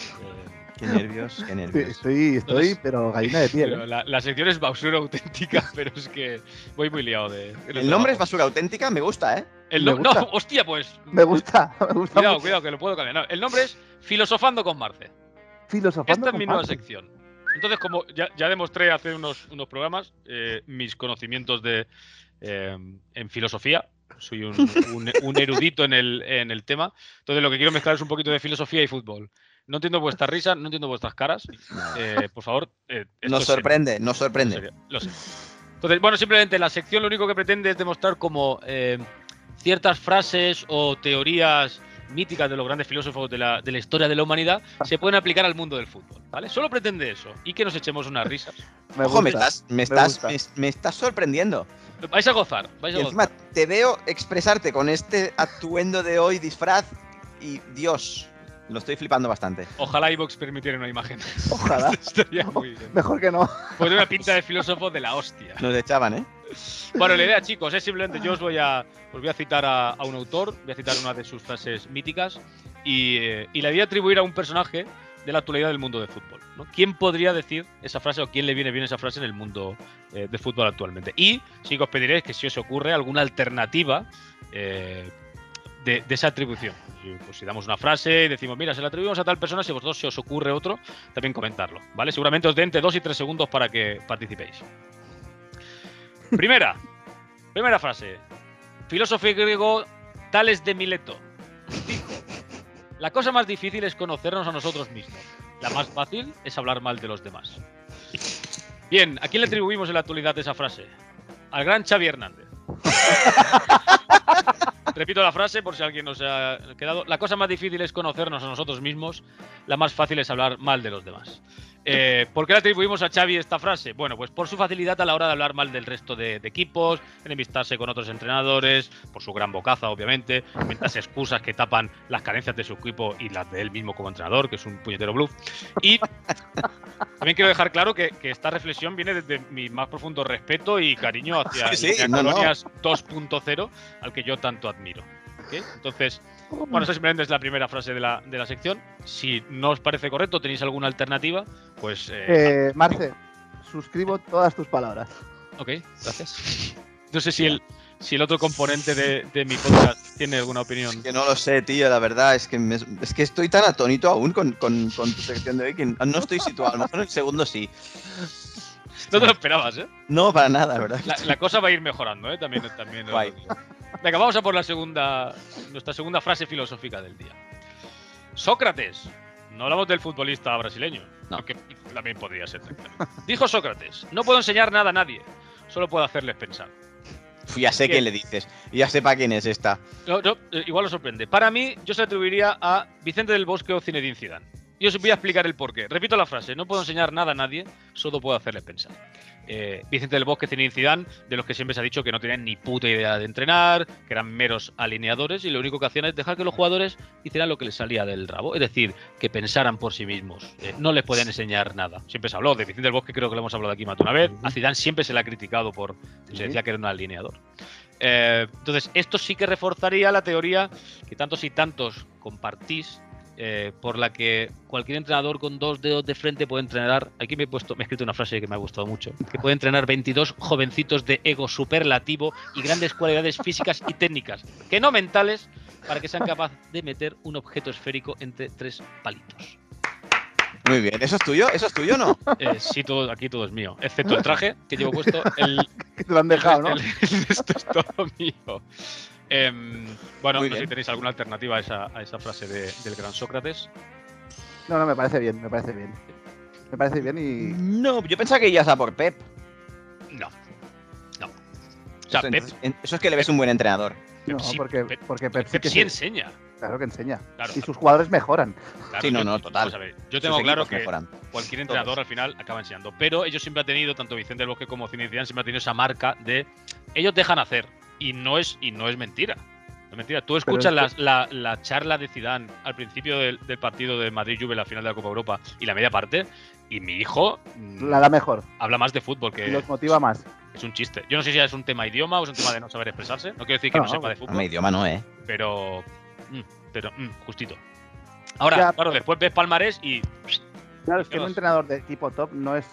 Qué nervios, qué
Estoy,
nervios.
estoy, estoy, pero gallina de piel.
Pero
¿eh?
la, la sección es basura auténtica, pero es que voy muy liado de. de
El nombre es
trabajo.
basura auténtica, me gusta, ¿eh?
El
me
no, no,
gusta.
hostia, pues.
Me gusta, me gusta
Cuidado,
mucho.
cuidado, que lo puedo cambiar. No, el nombre es Filosofando con Marce.
Filosofando
Esta es mi
con
nueva
Marce.
sección. Entonces, como ya, ya demostré hace unos, unos programas, eh, mis conocimientos de eh, en filosofía. Soy un, un- un erudito en el, en el tema. Entonces, lo que quiero mezclar es un poquito de filosofía y fútbol. No entiendo vuestras risas, no entiendo vuestras caras. Eh, por favor, eh, esto
Nos
es serio.
sorprende, nos sorprende.
En serio, lo sé. Entonces, bueno, simplemente la sección lo único que pretende es demostrar como eh, ciertas frases o teorías míticas de los grandes filósofos de la, de la historia de la humanidad se pueden aplicar al mundo del fútbol, ¿vale? Solo pretende eso y que nos echemos unas risas.
Me
Ojo, me
gusta.
estás, me,
me
estás,
gusta.
me- me estás sorprendiendo.
Vais a gozar, vais
Y
a
encima
gozar.
te veo expresarte con este atuendo de hoy, disfraz, y Dios, lo estoy flipando bastante.
Ojalá iVox permitiera una imagen.
Ojalá.
Estaría muy bien.
Mejor que no.
Pues una pinta de filósofo de la hostia.
Nos echaban, ¿eh?
Bueno, la idea, chicos, es simplemente yo os voy a, os voy a citar a, a un autor, voy a citar una de sus frases míticas y, eh, y la voy a atribuir a un personaje de la actualidad del mundo del fútbol. ¿no? ¿Quién podría decir esa frase o quién le viene bien esa frase en el mundo eh, del fútbol actualmente? Y sí que os pediréis que si os ocurre alguna alternativa eh, de, de esa atribución. Si, pues, si damos una frase y decimos, mira, se la atribuimos a tal persona, si vosotros se os ocurre otro, también comentarlo. ¿vale? Seguramente os dé entre dos y tres segundos para que participéis. Primera, primera frase. Filósofo griego Tales de Mileto dijo: La cosa más difícil es conocernos a nosotros mismos. La más fácil es hablar mal de los demás. Bien, ¿a quién le atribuimos en la actualidad esa frase? Al gran Xavi Hernández. Repito la frase por si alguien nos ha quedado. La cosa más difícil es conocernos a nosotros mismos, la más fácil es hablar mal de los demás. Eh, ¿Por qué le atribuimos a Xavi esta frase? Bueno, pues por su facilidad a la hora de hablar mal del resto de, de equipos, enemistarse con otros entrenadores, por su gran bocaza, obviamente, inventarse excusas que tapan las carencias de su equipo y las de él mismo como entrenador, que es un puñetero bluff. Y también quiero dejar claro que, que esta reflexión viene desde mi más profundo respeto y cariño hacia
Sí,
Iñaki
no, no.
Colonias 2.0, al que yo tanto admiro. ¿ok? Entonces, bueno, esa simplemente es la primera frase de la, de la sección. Si no os parece correcto, tenéis alguna alternativa, pues. eh,
Eh, Marce, suscribo todas tus palabras.
Ok, gracias. No sé si el, si el otro componente de, de mi podcast tiene alguna opinión.
Que no lo sé, tío, la verdad es que, me- es que estoy tan atónito aún con, con- con tu sección de hoy que no estoy situado. A lo mejor en el segundo sí.
No te lo esperabas, ¿eh?
No, para nada, la ¿verdad?
La, la cosa va a ir mejorando, ¿eh? También, también. os lo
Guay.
digo. Venga, vamos a por la segunda, nuestra segunda frase filosófica del día. Sócrates. No hablamos del futbolista brasileño,
No.
aunque también podría ser. tranquilamente. Dijo Sócrates, no puedo enseñar nada a nadie, solo puedo hacerles pensar.
Uf, ya sé
Bien.
quién le dices. Ya sé para quién es esta.
No, no, eh, igual os sorprende. Para mí, yo se la atribuiría a Vicente del Bosque o Zinedine Zidane. Y os voy a explicar el porqué. Repito la frase, no puedo enseñar nada a nadie, solo puedo hacerle pensar. Eh, Vicente del Bosque, Zinedine Zidane, de los que siempre se ha dicho que no tenían ni puta idea de entrenar, que eran meros alineadores y lo único que hacían es dejar que los jugadores hicieran lo que les salía del rabo. Es decir, que pensaran por sí mismos. Eh, no les podían enseñar nada. Siempre se habló de Vicente del Bosque, creo que lo hemos hablado aquí más de una vez. A Zidane siempre se le ha criticado por... Se
Sí.
decía que era un alineador. Eh, entonces, esto sí que reforzaría la teoría que tantos y tantos compartís, eh, por la que cualquier entrenador con dos dedos de frente puede entrenar. Aquí me he puesto, me he escrito una frase que me ha gustado mucho, que puede entrenar 22 jovencitos de ego superlativo y grandes cualidades físicas y técnicas, que no mentales, para que sean capaces de meter un objeto esférico entre tres palitos.
Muy bien, ¿eso es tuyo? ¿Eso es tuyo o no?
Eh, sí, todo, aquí todo es mío, excepto el traje que llevo puesto, el,
Que te lo han dejado, ¿no?
el- el- esto es todo mío. Em, bueno,
Muy
no sé si
bien.
tenéis alguna alternativa a esa, a esa frase de- del gran Sócrates.
No, no, me parece bien, me parece bien. Me parece bien
Mm,
y.
No, yo pensaba que ibas a por Pep.
No. No. O sea,
eso,
Pep,
entonces- en- eso es que le ves un buen entrenador.
No,
sí,
porque,
Pep-
porque Pep sí
Pep
que
sí
se-
enseña.
Claro que enseña.
Claro,
Y sus jugadores mejoran.
claro,
Sí, no,
yo-
no, total.
vamos a ver, yo tengo
Sus
claro
equipos
que
mejoran.
cualquier entrenador al final acaba enseñando. Pero ellos siempre han tenido, tanto Vicente del Bosque como Zinedine Zidane, siempre han tenido esa marca de ellos dejan hacer. Y no es, y no es mentira. No es mentira. Tú escuchas
es
las- la, la charla de Zidane al principio del, del partido de Madrid-Juve, la final de la Copa Europa y la media parte, y mi hijo mm,
La da mejor.
habla más de fútbol que
Y los motiva más.
es un chiste. Yo no sé si es un tema idioma o es un tema de no saber expresarse. No quiero decir que no,
No,
sepa de
A
fútbol.
mi idioma no, ¿eh?
pero mm, pero mm, justito. Ahora,
Ya.
claro, después ves Palmarés y
Claro, es que un
Dios.
entrenador de equipo top no es.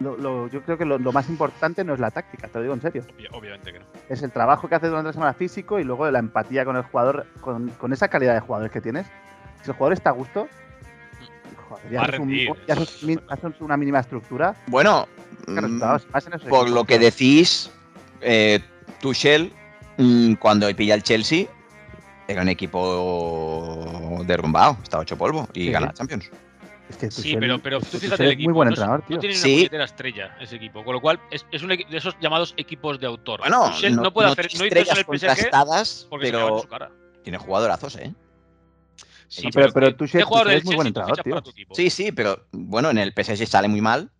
Lo, lo- yo creo que lo, lo más importante no es la táctica, te lo digo en serio.
obvia- obviamente que no.
Es el trabajo que haces durante la semana físico y luego la empatía con el jugador, con, con esa calidad de jugadores que tienes. Si el jugador está a gusto, joder, ya,
Va a
haces un-
rendir.
ya haces mi- haces una mínima estructura.
Bueno,
que
mm,
resultados más en esos
por
equipos.
lo que decís, eh, Tuchel, mm, cuando pilla el Chelsea, era un equipo derrumbado, estaba hecho polvo y
Sí.
gana la Champions.
Es que
Sí,
Tuchel-
pero, pero tú
Tuchel
fíjate el
es
equipo.
muy buen
no-
entrenador,
no,
tío.
tiene ni
Sí.
una puñetera estrella ese equipo, con lo cual es, es un equi- de esos llamados equipos de autor.
Bueno,
Tuchel no, puede hacer,
tiene
no hizo eso
estrellas
en el PSG
contrastadas,
porque se cagaba en
pero
su cara.
tiene jugadorazos, ¿eh?
Sí,
No, pero- pero
¿qué-
Tuchel-
¿qué jugador
Tuchel
del
es muy buen
Chelsea tú
entrenador,
fichas para
tío.
tu equipo?
Sí, sí, pero bueno, en el PSG sale muy mal.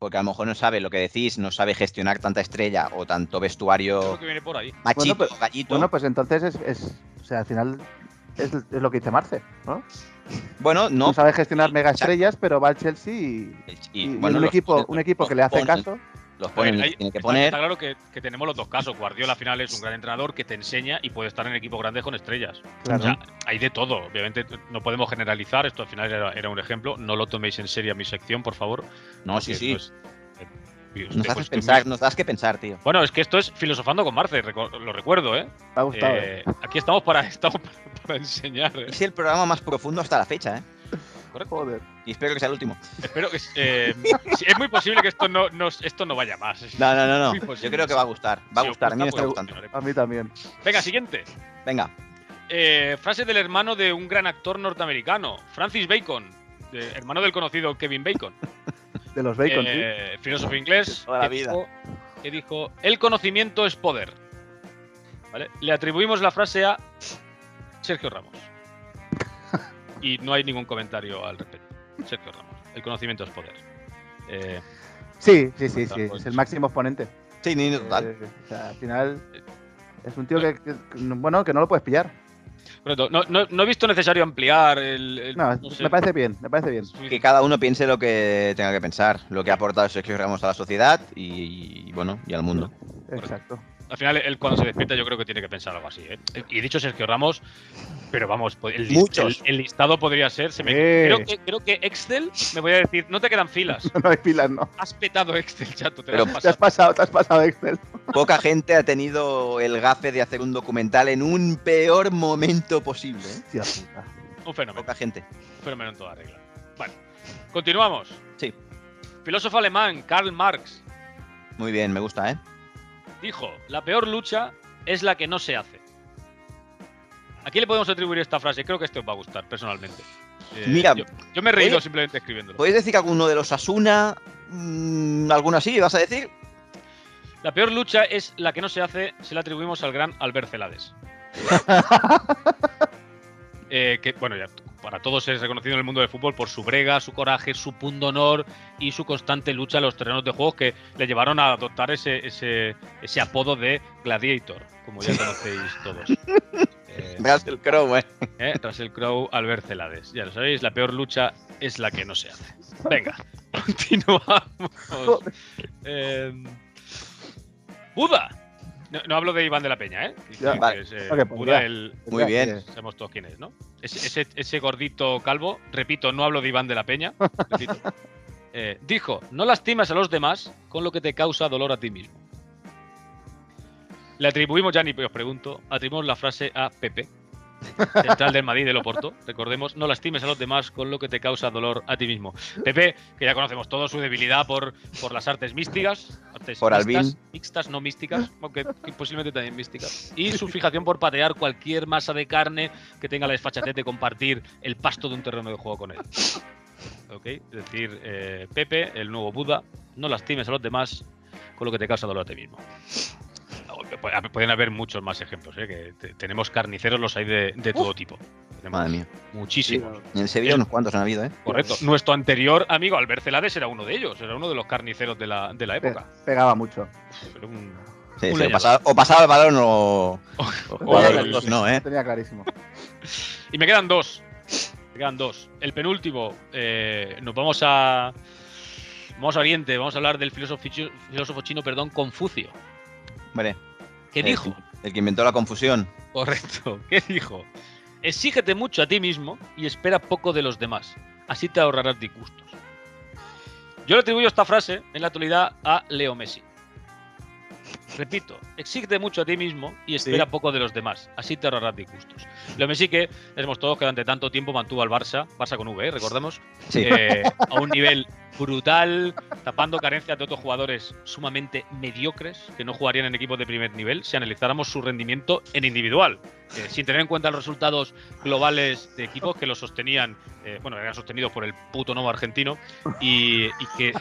Porque a lo mejor no sabe lo que decís, no sabe gestionar tanta estrella o tanto
Yo creo
vestuario
que viene por ahí.
machito,
Bueno, pues-
gallito.
Bueno, pues entonces es, es- o sea, al final es, es lo que dice Marce, ¿no?
bueno,
No,
no.
sabe gestionar mega
Exacto.
estrellas, pero va al Chelsea y,
El-
y- y
bueno,
en un
los-
equipo, un equipo que le hace
ponen-
caso,
Los ponen,
A ver,
los
hay-
tiene que
está-
poner.
Está claro que, que tenemos los dos casos. Guardiola al final es un gran entrenador que te enseña y puede estar en equipos grandes con estrellas.
Claro.
O sea, hay de todo. Obviamente no podemos generalizar. Esto al final era, era un ejemplo. No lo toméis en serio a mi sección, por favor.
No, Ah, sí,
que
sí.
esto es- eh, y usted,
Nos
pues,
haces
que-
pensar, nos das que pensar, tío.
Bueno, es que esto es filosofando con Marce, reco- lo recuerdo, ¿eh?
Me ha gustado. ¿eh?
Eh, aquí estamos para, estamos para, para enseñar. ¿eh?
Es el programa más profundo hasta la fecha, ¿eh?
Correcto.
Joder.
Y espero que sea el último.
Espero que. eh, sí, es muy posible que esto no, no- esto no vaya más.
No, no, no, no.
Muy
pues, Yo
posible.
creo que va a gustar. Va a
Si os
gustar, a mí me
gusta,
está
pues,
gustando.
A
continuaremos.
mí también.
Venga, siguiente.
Venga.
Eh, frase del hermano de un gran actor norteamericano, Francis Bacon, de- hermano del conocido Kevin Bacon,
De los bacon,
eh, filósofo inglés,
toda la
que,
vida.
Dijo, que dijo, el conocimiento es poder. ¿Vale? Le atribuimos la frase a Sergio Ramos. Y no hay ningún comentario al respecto. Sergio Ramos, el conocimiento es poder. Eh,
sí. Sí, sí, sí, sí.
Tal cual.
Es el máximo exponente.
Sí, ni ni total.
Eh, o sea, al final es un tío que, que- que- bueno, que no lo puedes pillar.
pronto, no, no- no he visto necesario ampliar el... el-
No,
no sé,
me parece bien, me parece bien.
su-
Que cada uno piense lo que tenga que pensar, lo que ha aportado Sergio Ramos a la sociedad y, y, bueno, y al mundo.
Exacto.
Al final, él cuando se despierta, yo creo que tiene que pensar algo así. ¿eh? Y he dicho Sergio Ramos, pero vamos, po- el, lis-
Muchos.
el- el listado podría ser. se me-
Eh.
creo, que, creo que Excel me voy a decir, no te quedan filas.
No hay pilas, no.
Has petado Excel, chato, te
Pero-
lo has
Te has
pasado.
pasado, te has pasado de Excel.
Poca gente ha tenido el gafe de hacer un documental en un peor momento posible. ¿eh?
Hostia puta.
Un fenómeno,
Poca gente.
un fenómeno en toda regla. Vale, continuamos.
Sí.
Filósofo alemán Karl Marx
Muy bien, me gusta, ¿eh?
dijo: La peor lucha es la que no se hace. ¿A quién le podemos atribuir esta frase? Creo que este os va a gustar, personalmente. Eh,
Mira,
yo, yo me he reído
oye,
simplemente escribiéndolo.
¿Podéis decir que alguno de los Asuna, mm, alguno así, vas a decir?
La peor lucha es la que no se hace, se la atribuimos al gran Albert Celades. Eh, que, bueno, ya para todos es reconocido en el mundo del fútbol por su brega, su coraje, su pundonor y su constante lucha en los terrenos de juegos que le llevaron a adoptar ese, ese, ese apodo de Gladiator, como ya conocéis todos. Eh,
Russell Crowe, ¿eh?
eh, Russell Crowe, Albert Celades. Ya lo sabéis, la peor lucha es la que no se hace. Venga, continuamos. Em, Buda. No, no hablo de Iván de la Peña, ¿eh? Que-
Ya,
que
vale.
es, eh,
Ok, pues
Buda,
ya.
el,
Muy bien.
sabemos todos quién es, ¿no? Ese, ese- ese gordito calvo, repito, no hablo de Iván de la Peña, repito. Eh, dijo, no lastimas a los demás con lo que te causa dolor a ti mismo. Le atribuimos, ya ni os pregunto, atribuimos la frase a Pepe, central del Madrid del Oporto. Recordemos, no lastimes a los demás con lo que te causa dolor a ti mismo. Pepe, que ya conocemos todo su debilidad por, por las artes místicas, artes
Por Alvin.
mixtas, mixtas, no místicas, aunque que posiblemente también místicas, y su fijación por patear cualquier masa de carne que tenga la desfachatez de compartir el pasto de un terreno de juego con él. ¿Ok? Es decir, eh, Pepe, el nuevo Buda, no lastimes a los demás con lo que te causa dolor a ti mismo. Pu- Pueden haber muchos más ejemplos, ¿eh? que te- tenemos carniceros, los hay de, de todo tipo. Tenemos
Madre mía.
muchísimos.
En Sevilla
El-
unos cuantos han habido, ¿eh?
Correcto. Nuestro anterior amigo Albert Celades era uno de ellos, era uno de los carniceros de la, de la
Pe-
época.
Pegaba mucho.
Era un-
Sí, sí,
Un
o,
leñador.
pasaba, o pasaba el balón o.
o
o
algo
los
así.
dos no, ¿eh?
Lo tenía clarísimo.
Y me quedan dos. Me quedan dos. El penúltimo, eh, nos vamos a. Vamos a Oriente, vamos a hablar del filósofo, chi- filósofo chino, perdón, Confucio.
Vale.
¿Qué
El-
dijo?
El que inventó la confusión.
Correcto, ¿qué dijo? Exígete mucho a ti mismo y espera poco de los demás. Así te ahorrarás disgustos. Yo le atribuyo esta frase en la actualidad a Leo Messi. Repito, exígete mucho a ti mismo y espera poco de los demás. Así te ahorrarás disgustos. Leo Messi que sabemos todos que durante tanto tiempo mantuvo al Barça, Barça con V, ¿eh? recordemos,
Sí.
eh, a un nivel brutal, tapando carencias de otros jugadores sumamente mediocres que no jugarían en equipos de primer nivel si analizáramos su rendimiento en individual, eh, sin tener en cuenta los resultados globales de equipos que los sostenían, eh, bueno, eran sostenidos por el puto nomo argentino y, y que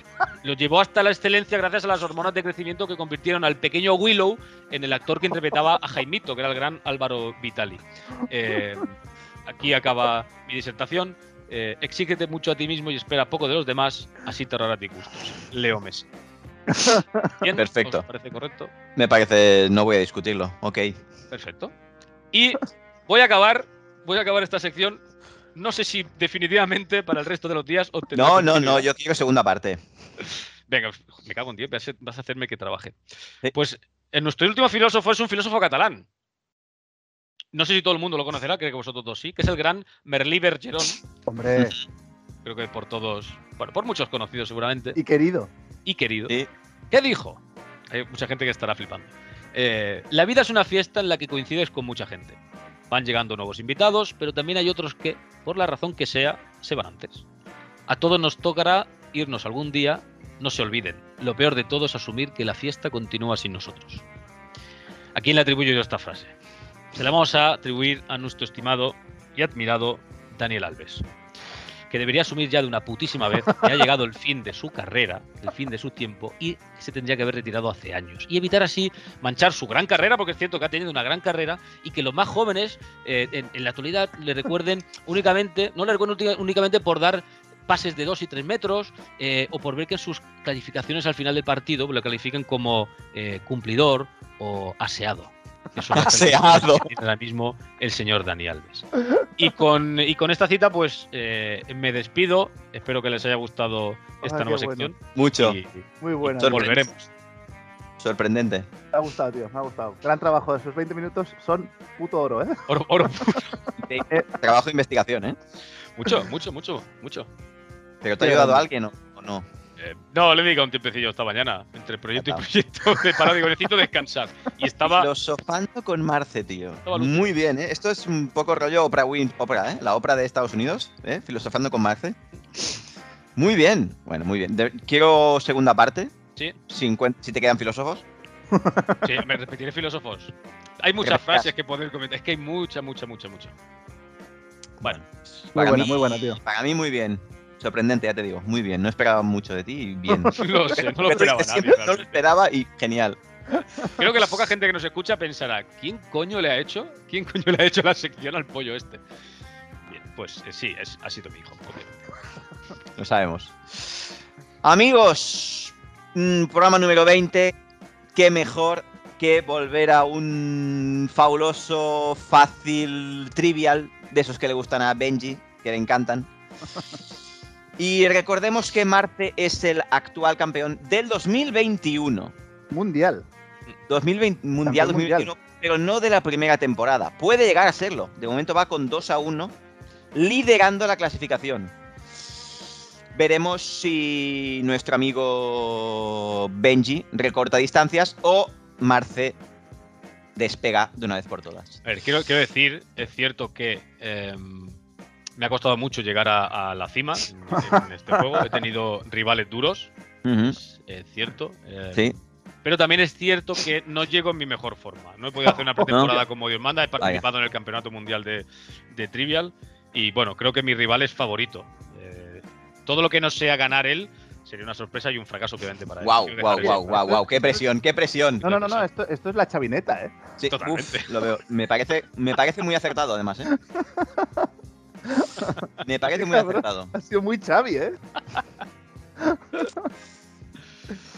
los llevó hasta la excelencia gracias a las hormonas de crecimiento que convirtieron al pequeño Willow en el actor que interpretaba a Jaimito, que era el gran Álvaro Vitali. Eh, aquí acaba mi disertación. Eh, exígete mucho a ti mismo y espera poco de los demás, así te ahorrarás disgustos. Leo Messi. Bien,
Perfecto.
¿os parece correcto?
Me parece. No voy a discutirlo. Ok.
Perfecto. Y voy a acabar, voy a acabar esta sección. No sé si definitivamente para el resto de los días o tendrá ¿eh?
No, no, no.
continuidad.
Yo quiero segunda parte.
Venga, me cago en ti, vas a- vas a hacerme que trabaje. Pues eh, nuestro último filósofo es un filósofo catalán. No sé si todo el mundo lo conocerá, creo que vosotros dos sí, que es el gran Merlí Bergeron.
Hombre,
Creo que por todos, bueno, por muchos conocidos seguramente,
y querido.
y querido.
Sí.
¿Qué dijo? Hay mucha gente que estará flipando. Eh, la vida es una fiesta en la que coincides con mucha gente. Van llegando nuevos invitados, pero también hay otros que, por la razón que sea, se van antes. A todos nos tocará irnos algún día, no se olviden. Lo peor de todo es asumir que la fiesta continúa sin nosotros. ¿A quién le atribuyo yo esta frase? Se la vamos a atribuir a nuestro estimado y admirado Daniel Alves, que debería asumir ya de una putísima vez que ha llegado el fin de su carrera, el fin de su tiempo, y que se tendría que haber retirado hace años. Y evitar así manchar su gran carrera, porque es cierto que ha tenido una gran carrera, y que los más jóvenes eh, en, en la actualidad le recuerden únicamente, no le recuerden única- únicamente por dar pases de 2 y 3 metros, eh, o por ver que en sus calificaciones al final del partido lo califican como eh, cumplidor o aseado. que son las calificaciones que
Aseado.
tiene Ahora mismo el señor Dani Alves. Y con, y con esta cita, pues eh, me despido. Espero que les haya gustado esta
Ah, qué
nueva
bueno.
sección.
Mucho.
Y,
Muy buena.
y volveremos.
Sorprendente.
Me ha gustado, tío, me ha gustado. Gran trabajo, esos 20 minutos son puto oro, ¿eh?
Oro- oro-
Trabajo de investigación, ¿eh?
mucho, mucho, mucho, mucho.
¿Pero te ha
Pero-
ayudado alguien o, o no?
Eh, no, le he dedicado un tiempecillo esta mañana. Entre proyecto y
Ah,
proyecto de parado. Digo, necesito descansar. Y estaba.
Filosofando con Marce, tío.
Estaba lucido.
Muy bien, ¿eh? Esto es un poco rollo Oprah Win, Oprah, ¿eh? La Oprah de Estados Unidos, ¿eh? Filosofando con Marce. Muy bien, bueno, muy bien. De- quiero segunda parte.
Sí.
50 si te quedan filósofos.
Sí, me repetiré filósofos. Hay muchas
Gracias.
frases que poder comentar. Es que hay mucha, mucha, mucha, mucha. Bueno,
Muy
Para
buena,
mí-
muy buena, tío.
Para mí, muy bien. Sorprendente, ya te digo. Muy bien, no esperaba mucho de ti y bien.
lo sé, no lo
Pero
esperaba
es que
nadie.
siempre No lo
realmente.
esperaba y genial.
Creo que la poca gente que nos escucha pensará, ¿quién coño le ha hecho? ¿Quién coño le ha hecho la sección al pollo este? Bien, pues eh, sí, es, ha sido mi hijo. obviamente.
Lo sabemos. Amigos, mm, programa número 20. Qué mejor que volver a un fabuloso, fácil, trivial, de esos que le gustan a Benji, que le encantan. Y recordemos que Marte es el actual campeón del 2021.
Mundial.
2020, mundial,
Campeón mundial.
2021, pero no de la primera temporada. Puede llegar a serlo. De momento va con 2 a 1, liderando la clasificación. Veremos si nuestro amigo Benji recorta distancias o Marce despega de una vez por todas.
A ver, quiero, quiero decir, es cierto que em, me ha costado mucho llegar a, a la cima en, en este juego. He tenido rivales duros, es cierto. eh,
Sí,
Pero también es cierto que no llego en mi mejor forma. No he podido hacer una pretemporada como Dios manda. He participado en el Campeonato Mundial de, de Trivial. Y bueno, creo que mi rival es favorito. Eh, todo lo que no sea ganar él sería una sorpresa y un fracaso, obviamente, para él.
wow,
Quiero
wow,
dejar
wow,
eso.
wow, wow, qué presión, qué presión.
No, no, no, no, esto, esto es la chavineta, ¿eh?
Sí,
Totalmente.
uf, lo veo. Me parece, me parece muy acertado además, ¿eh? Me parece muy
Cabrón.
acertado.
Ha sido muy chavi, ¿eh?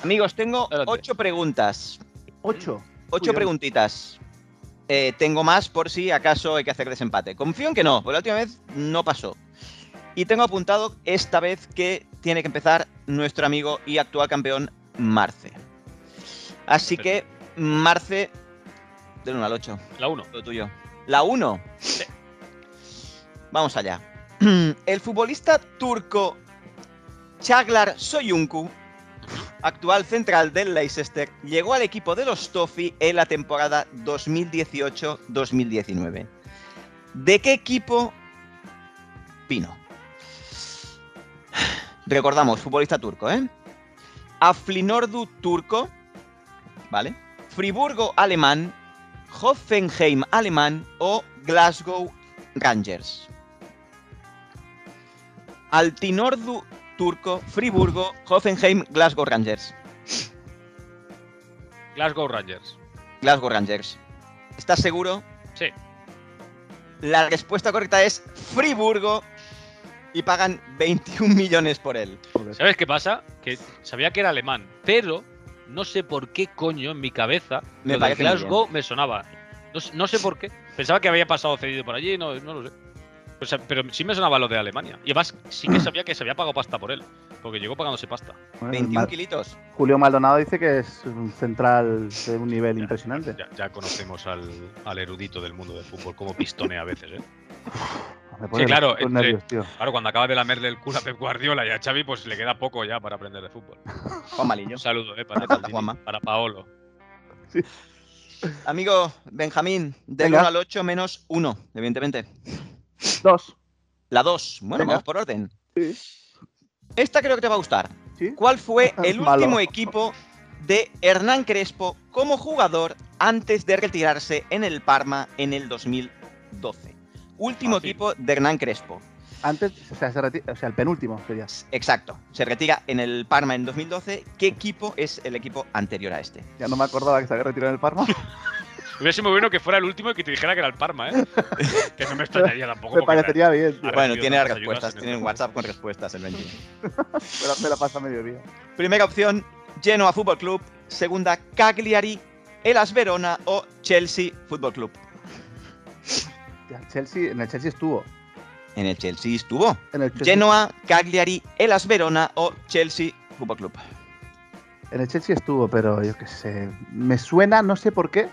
Amigos, tengo
Adelante.
ocho preguntas.
Ocho.
Ocho
Uy,
preguntitas. Eh, tengo más por si acaso hay que hacer desempate. Confío en que no, porque la última vez no pasó. Y tengo apuntado esta vez que tiene que empezar nuestro amigo y actual campeón Marce. Así que, Marce, del 1 al 8,
La 1.
lo tuyo. La 1. Vamos allá. El futbolista turco Chaglar Soyuncu, actual central del Leicester, llegó al equipo de los Toffee en la temporada 2018-2019. ¿De qué equipo vino? Recordamos, futbolista turco, ¿eh? Aflinordu turco, ¿vale? Friburgo alemán, Hoffenheim alemán o Glasgow Rangers. Altinordu turco, Friburgo, Hoffenheim, Glasgow Rangers.
Glasgow Rangers.
Glasgow Rangers. ¿Estás seguro?
Sí.
La respuesta correcta es Friburgo y pagan 21 millones por él.
joder.
¿Sabes qué pasa? Que sabía que era alemán, pero no sé por qué coño en mi cabeza
Me
lo de
parece muy
Glasgow me sonaba. No, s- no sé por qué. Pensaba que había pasado cedido por allí, no, no lo sé. O sea, pero sí me sonaba lo de Alemania. Y además sí que sabía que se había pagado pasta por él. Porque llegó pagándose pasta.
Bueno,
21
Mar-
kilitos.
Julio Maldonado dice que es un central de un nivel
Ya,
impresionante.
Ya, ya conocemos al, al erudito del mundo del fútbol, como pistonea a veces, ¿eh?
Me pone
claro,
los
entre-
nervios, tío.
Claro, cuando acaba de lamerle el culo a Pep Guardiola y a Xavi, pues le queda poco ya para aprender de fútbol.
Juan Malillo.
Un saludo, ¿eh? Para,
falta
Maldini,
Juanma.
para Paolo.
Amigo Benjamín, del
Venga.
1 al 8 menos 1, evidentemente.
Dos.
La 2. Bueno,
Venga.
vamos por orden.
Sí.
Esta creo que te va a gustar.
¿Sí?
¿Cuál fue el
Malo.
último equipo de Hernán Crespo como jugador antes de retirarse en el Parma en el 2012? Último
Fácil.
equipo de Hernán Crespo.
Antes, o sea, se reti- o sea, el penúltimo sería.
Exacto. Se retira en el Parma en 2012. ¿Qué equipo es el equipo anterior a este?
Ya no me acordaba que se había retirado en el Parma.
Hubiese muy bueno que fuera el último y que te dijera que era el Parma, ¿eh? que no me extrañaría tampoco.
Me
porque era-
parecería bien, tío.
Ahora
Bueno,
pido
tiene las
tantas ayudas
respuestas.
en
Tiene
este
un WhatsApp con respuestas el 21.
Me la, me la pasa a mediodía.
Primera opción, Genoa Fútbol Club. Segunda, Cagliari, Elas Verona o Chelsea Fútbol Club.
Ya, el Chelsea, en el Chelsea estuvo.
En el Chelsea estuvo.
En el Chelsea,
Genoa, Cagliari, Elas Verona o Chelsea Fútbol Club.
en el Chelsea estuvo, pero yo qué sé. Me suena, no sé por qué.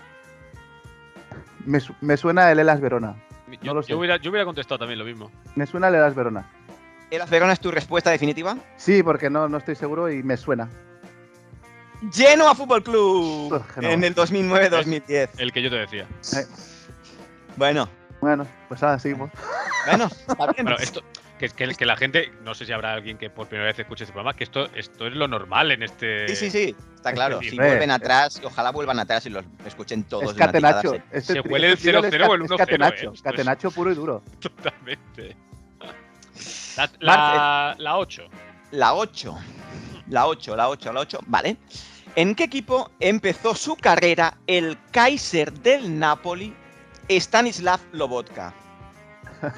Me, su- me suena el Elas Verona.
Yo,
No lo sé.
yo hubiera, yo hubiera contestado también lo mismo.
Me suena el Elas Verona.
¿Elas Verona es tu respuesta definitiva?
Sí, porque no, no estoy seguro y me suena.
Genoa Fútbol Club
Uf, Genoa.
en el 2009-2010.
El que yo te decía.
Bueno,
Bueno, pues ahora seguimos.
bueno, está bien.
Bueno, esto, que, que- que la gente, no sé si habrá alguien que por primera vez escuche este programa, que esto, esto es lo normal en este.
Sí, sí, sí, está claro.
decir,
Si
eh,
vuelven atrás, ojalá vuelvan atrás y los escuchen todos.
Es
de una tirada,
catenacho.
sí.
Este
Se
tri-
huele el
este trío es
0-0 o el
cat-
1-0,
Es catenacho,
eh. Esto es-
catenacho puro y duro.
Totalmente. La, la,
eh,
8.
La 8. La 8, la 8, la 8. Vale. ¿En qué equipo empezó su carrera el Kaiser del Napoli, Stanislav Lobotka?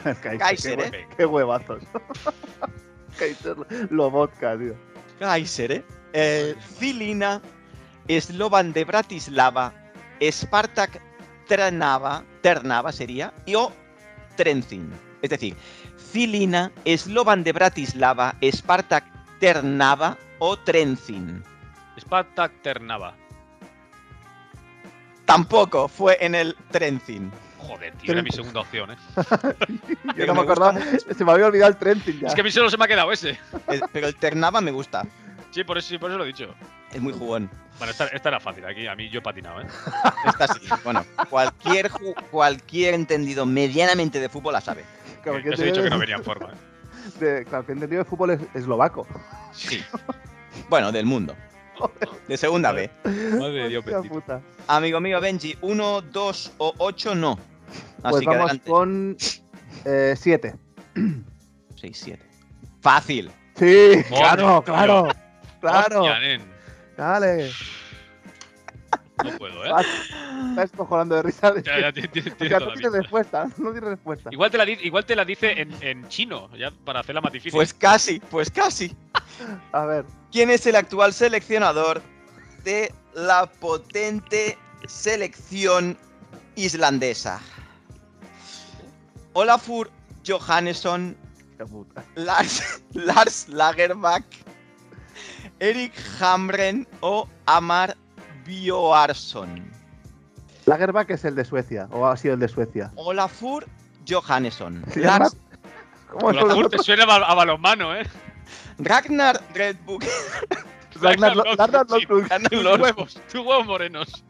Kaiser,
Kaiser,
qué,
¿eh?
hue- qué huevazos. Kaiser lo vodka, tío.
Kaiser, ¿eh? Eh, Zilina, Slovan de Bratislava, Spartak Ternava, Ternava sería, y o Trenzin. Es decir, Zilina, Slovan de Bratislava, Spartak Ternava o Trenzin.
Spartak Ternava.
Tampoco fue en el Trenzin.
Joder, tío, era mi segunda opción, ¿eh?
Yo
Pero
no me
me gusta
acordaba. Se me había olvidado el Trentin ya.
Es que a mí solo se me ha quedado ese.
Eh, Pero el Ternava me gusta.
Sí, por eso, sí, por eso lo he dicho.
Es muy jugón.
Bueno, esta, esta era fácil. Aquí a mí yo he patinado, ¿eh?
Esta sí. Bueno, cualquier, ju- cualquier entendido medianamente de fútbol la sabe.
Claro, que
ya os
entendido
he dicho que no
de-
venía en forma. ¿eh?
de- claro, que entendido de fútbol es eslovaco.
Sí.
Bueno, del mundo. De segunda B.
Madre de Dios,
Hostia
bendito.
puta.
Amigo mío Benji, 1, 2 o 8 no. Así
Pues
que
vamos
adelante.
con eh, 7.
6, 7. Fácil.
Sí,
Madre
claro,
mía.
claro. Claro,
Hostia, nen.
dale.
No puedo, ¿eh?
Vas- Estás cojonando de risa. De...
Ya, ya, tiene- tiene-
O
tiene
sea,
toda
no
la
tienes
pinta.
respuesta, no tienes respuesta.
Igual te la, di- igual te la dice en, en chino, ya para hacerla más difícil.
Pues casi, pues casi.
A ver,
¿Quién es el actual seleccionador de la potente selección islandesa? Olafur Johannesson,
qué puta.
Lars, Lars Lagerbäck, Erik Hamren o Amar Bioarsson.
Lagerbäck es el de Suecia, o ha sido el de Suecia.
Olafur Johannesson,
Se llama-
Lars
¿Cómo
Lo
son los
justo suena a, a balonmano, ¿eh?
Ragnar Redbook,
Ragnar Lo- Ragnar
Lothbrok,
Lothbrok.
Ragnar
Tus
Lord-
huevos, tus huevos morenos.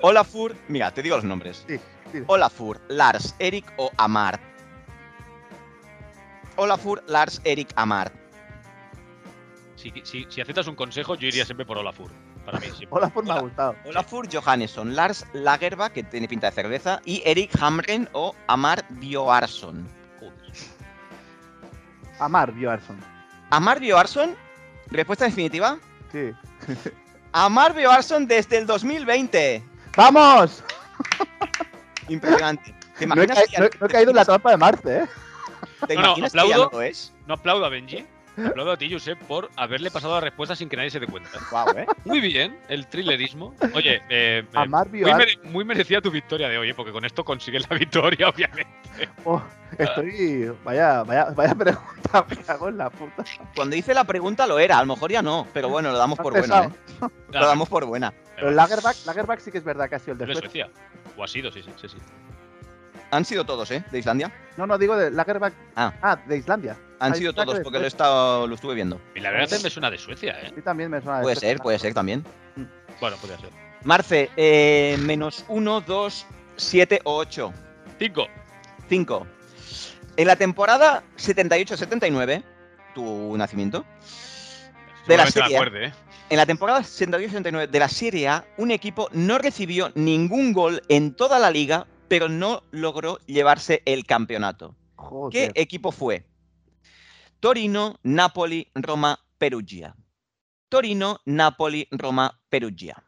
Olafur. Mira, te digo los nombres.
Sí, dime.
Olafur, Lars, Eric o Amar. Olafur, Lars, Eric, Amar.
Si, si, si aceptas un consejo, yo iría siempre por Olafur. Para mí, siempre.
Hola, por me ha gustado.
Olafur Johannesson, Lars Lagerba, que tiene pinta de cerveza, y Eric Hamren o Amar Bioarson.
Joder.
Amar Bjornsson.
Amar Bioarson, respuesta definitiva.
Sí.
Amar Bioarson desde el 2020.
¡Vamos!
Impresionante. ¿Te
No he,
imaginas
ca-
que ya-
no he- no he caído en la trampa de Marte, ¿eh?
¿Te
No, no,
imaginas que ya no
aplaudo.
lo es?
No aplaudo a Benji. Aplaudo a ti, Josep, por haberle pasado la respuesta sin que nadie se dé cuenta.
Guau, ¿eh?
Muy bien, el thrillerismo. Oye, eh, eh,
Amar,
muy,
violar.
mere- muy merecida tu victoria de hoy, eh, porque con esto consigues la victoria, obviamente.
Oh, estoy. Vaya, vaya, vaya pregunta me cago en la puta.
Cuando hice la pregunta lo era, a lo mejor ya no, pero bueno, lo damos
Ha
por bueno, ¿eh?
empezado.
Lo damos por buena.
Pero Lagerback, Lagerback sí que es verdad que ha sido el
de
después.
Suecia. O ha sido, sí, sí, sí. sí.
Han sido todos, ¿eh? De Islandia.
No, no, digo de Lagerback.
Ah.
de Islandia.
Han
Ah,
sido
Islandia
todos
de
porque lo, he
Suecia.
estado, lo estuve viendo.
Y la verdad es que me suena de Suecia, ¿eh?
Sí, también me suena de
Puede
Suecia.
ser, puede ser también.
Bueno, podría ser.
Marce, eh, menos 1, 2, 7 o 8.
Cinco.
5. En la temporada 78-79, tu nacimiento, De la
Seguramente
serie,
me acuerde, ¿eh?
en la temporada 78-79 de la Serie A, un equipo no recibió ningún gol en toda la liga, pero no logró llevarse el campeonato. ¿Qué
Joder.
equipo fue? Torino, Napoli, Roma, Perugia. Torino, Napoli, Roma, Perugia.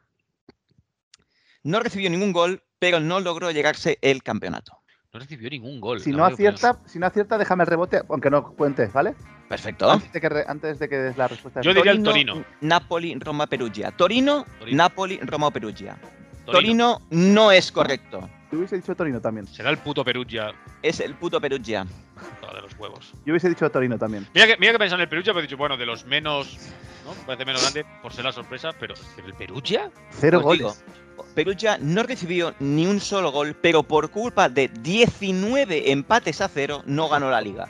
No recibió ningún gol, pero no logró llegarse el campeonato.
No recibió ningún gol.
Si
la
no
verdad que
acierta, si no acierta, déjame el rebote, aunque no cuente, ¿vale?
Perfecto.
Antes, de que re- antes de que des la respuesta.
Yo diría el Torino.
Napoli, Roma, Perugia. Torino,
Torino.
Napoli, Roma o Perugia.
curioso.
Torino. no es correcto.
Yo hubiese dicho Torino también.
Será el puto Perugia
Es el puto Perugia.
ah, de los huevos.
Yo hubiese dicho Torino también.
Mira que, mira que pensaba en el Perugia, pero he dicho, bueno, de los menos. ¿no? Parece menos grande por ser la sorpresa, pero ¿pero ¿el Perugia?
Cero
Os
goles.
Pues digo, Perugia no recibió ni un solo gol, pero por culpa de 19 empates a cero no ganó la liga.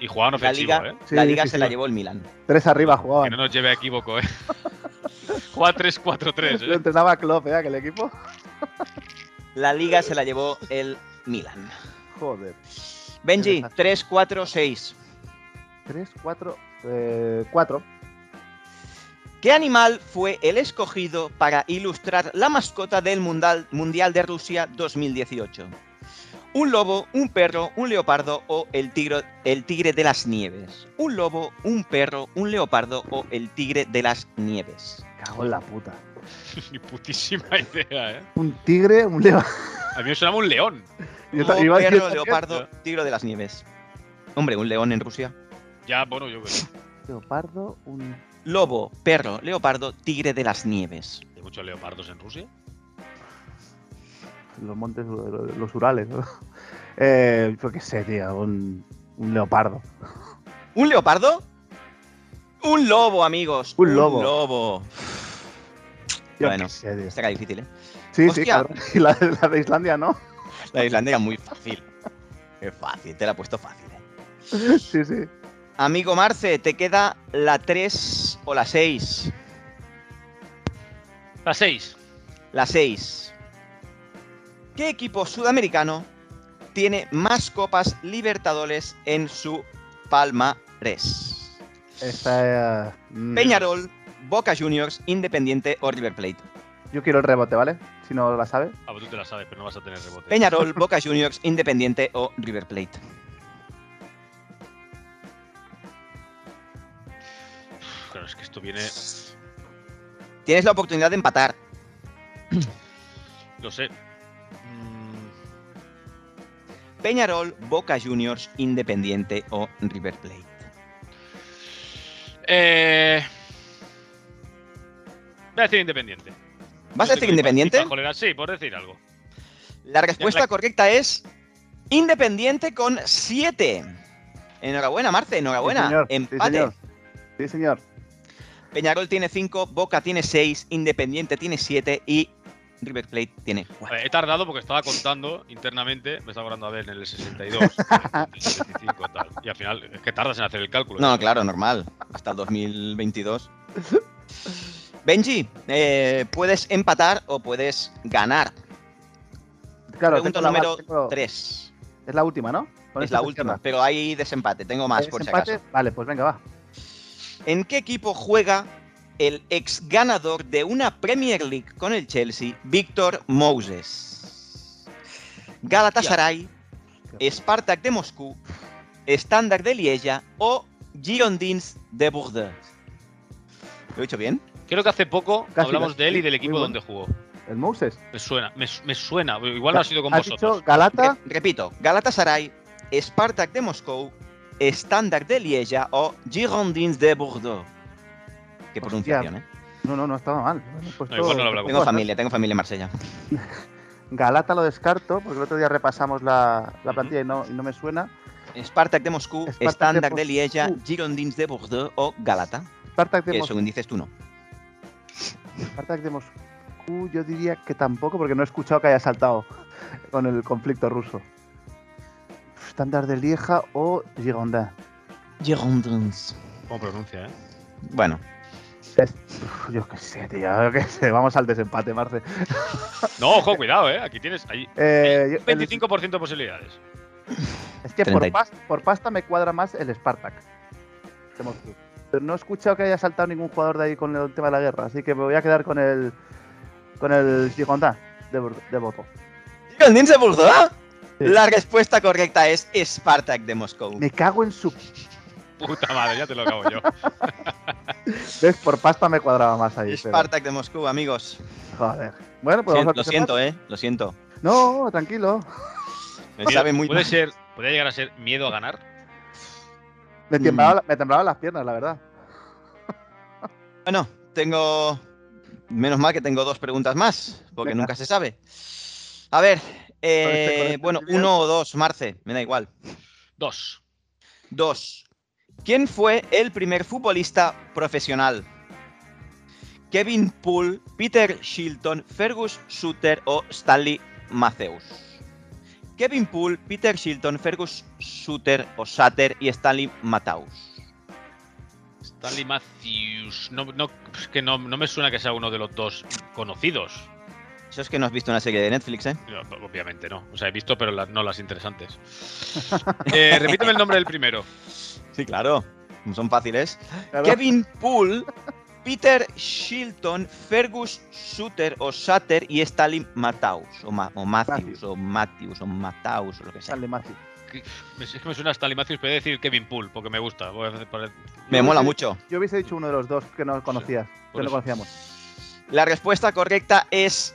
Y jugaban
La
ofensivo,
liga,
¿eh?
Sí,
la liga
sí,
se
sí.
la llevó el Milan.
Tres arriba
Que
jugaban.
no nos lleve a equívoco, ¿eh? Juega 3-4-3,
Lo
¿eh?
entrenaba Klopp, ¿eh? Aquel equipo.
La liga se la llevó el Milan.
Joder.
Benji,
desastre.
3, 4, 6.
Tres, cuatro, eh, cuatro.
¿Qué animal fue el escogido para ilustrar la mascota del Mundial, mundial de Rusia 2018? ¿Un lobo, un perro, un leopardo o el tigre, el tigre de las nieves? ¿Un lobo, un perro, un leopardo o el tigre de las nieves?
Cago en la puta.
Ni putísima idea, ¿eh?
Un tigre, un leva.
A mí me sonaba un león.
Yo ta-
Lobo,
iba a decir
perro,
también.
leopardo, tigre de las nieves. Hombre, un león en Rusia.
Ya, bueno, yo creo.
Leopardo, un.
Lobo, perro, leopardo, tigre de las nieves.
Hay muchos leopardos en Rusia.
Los montes, los Urales. ¿no? Eh, yo qué sé, tío. Un, un leopardo.
¿Un leopardo? Un lobo, amigos.
Un lobo.
Un lobo.
Yo
Bueno.
qué sé, tío.
Esta era difícil, ¿eh?
Sí, sí,
Hostia.
cabrón. Y la, la de Islandia, ¿no?
La de Islandia muy fácil. Es fácil, te la he puesto fácil. ¿eh?
Sí, sí.
Amigo Marce, te queda la 3 o la 6.
La 6.
La 6. ¿Qué equipo sudamericano tiene más copas Libertadores en su palmarés?
Esta. eh, mm,
Peñarol, Boca Juniors, Independiente o River Plate.
Yo quiero el rebote, ¿vale? Si no la sabe.
Ah, pues tú te la sabes, pero no vas a tener rebote.
Peñarol, Boca Juniors, Independiente o River Plate.
Claro, es que esto viene.
Tienes la oportunidad de empatar.
Lo sé. Mm,
Peñarol, Boca Juniors, Independiente o River Plate.
Eh. Voy a decir independiente.
¿Vas a decir Independiente?
Jolera, sí, por decir algo.
La respuesta
Ya, la-
correcta es Independiente con 7. Enhorabuena, Marce, enhorabuena.
Sí, señor. Sí,
Empate.
señor. Sí, señor.
Peñarol tiene 5, Boca tiene 6, Independiente tiene 7 y River Plate tiene
A
4.
ver, Eh, he tardado porque estaba contando internamente. Me estaba hablando a ver en el 62, en el 75, tal. Y al final, es que tardas en hacer el cálculo. ¿eh?
No, claro, normal. Hasta el 2022. Benji, eh, puedes empatar o puedes ganar.
Claro,
Pregunta
tengo la-
número
tengo-
3.
Es la última, ¿no? Con
Es
esta
la
se
última,
cierra.
pero hay desempate. Tengo más,
¿Hay
por si
desempate?
acaso.
Vale, pues venga, va.
¿En qué equipo juega el ex ganador de una Premier League con el Chelsea, Víctor Moses? Galatasaray, Spartak de Moscú, Standard de Lieja o Girondins de Bordeaux. ¿Lo he dicho bien?
Creo que hace poco
Casi,
hablamos
casi.
de él y
Sí,
del
muy
equipo
bueno.
donde jugó.
El Moses.
Me suena, me, me suena. Igual no ha sido con
Has
vosotros.
dicho Galata,
Re- repito, Galatasaray, Spartak de Moscú, Standard de Lieja o Girondins de Bordeaux. Qué
Hostia.
pronunciación, ¿eh?
No, no, no estaba mal. Bueno, pues
No, igual no lo hablamos.
Tengo familia, tengo familia en Marsella.
Galata lo descarto, porque el otro día repasamos la, la
Ujú.
plantilla y no, y no me suena.
Spartak de Moscú,
Spartak de
Standard de
Moscú.
Lieja, Girondins de Bordeaux o Galata.
Spartak de,
Que
Mos-
según dices tú no.
Spartak de Moscú yo diría que tampoco, porque no he escuchado que haya saltado con el conflicto ruso. Standard de Lieja o Girondin.
Girondins.
¿Cómo pronuncia, eh?
Bueno,
Es- Yo qué sé, tío, yo qué sé. Vamos al desempate, Marce.
No, ojo, cuidado, eh. Aquí tienes ahí
Eh, yo- el-
25% de posibilidades.
es que por,
30.
pas- por pasta me cuadra más el Spartak de Moscú. Pero no he escuchado que haya saltado ningún jugador de ahí con el tema de la guerra, así que me voy a quedar con el con el Girondin de, Bor- de voto.
¿Girondins de Bordeaux?
Sí.
La respuesta correcta es Spartak de Moscú.
Me cago en su
Puta madre, ya te lo acabo yo.
¿Ves? Por pasta me cuadraba más ahí. pero-
Spartak de Moscú, amigos.
joder. Bueno, pues
Sí,
vamos al
lo
que
siento, eh. Lo siento.
más. No, tranquilo.
Me sabe muy
puede
mal.
ser, puede llegar a ser miedo a ganar.
Me,
Mm.
temblaba la- me temblaban las piernas, la verdad.
Bueno, tengo. Menos mal que tengo dos preguntas más, porque
Venga.
nunca se sabe. A ver, eh,
Con este- con este
bueno,
nivel.
uno o dos, Marce, me da igual.
Dos.
Dos. ¿Quién fue el primer futbolista profesional? Kevin Poole, Peter Shilton, Fergus Sutter o Stanley Maceus. Kevin Poole, Peter Shilton, Fergus Sutter o Sutter y Stanley Mataus.
Stanley Matthews. No, no, es que no, no me suena que sea uno de los dos conocidos.
Eso es que no has visto una serie de Netflix, ¿eh?
No, obviamente no. O sea, he visto, pero las- no las interesantes. Eh, repíteme el nombre del primero.
Sí, claro. No Son fáciles.
Claro.
Kevin Poole, Peter Shilton, Fergus Sutter o Sutter y Stanley Mataus. O, Ma- o Matthews,
Matthews.
o Matthews, o Mataus, o lo que sea.
Dale, Maxi.
Es que me suena Stanley Matthews, pero voy a decir Kevin Poole, porque me gusta. Voy a hacer- por-
Me
Yo
mola
hubiese-
mucho.
Yo hubiese dicho uno de los dos que no conocías,
por
que no
eso.
conocíamos.
La respuesta correcta es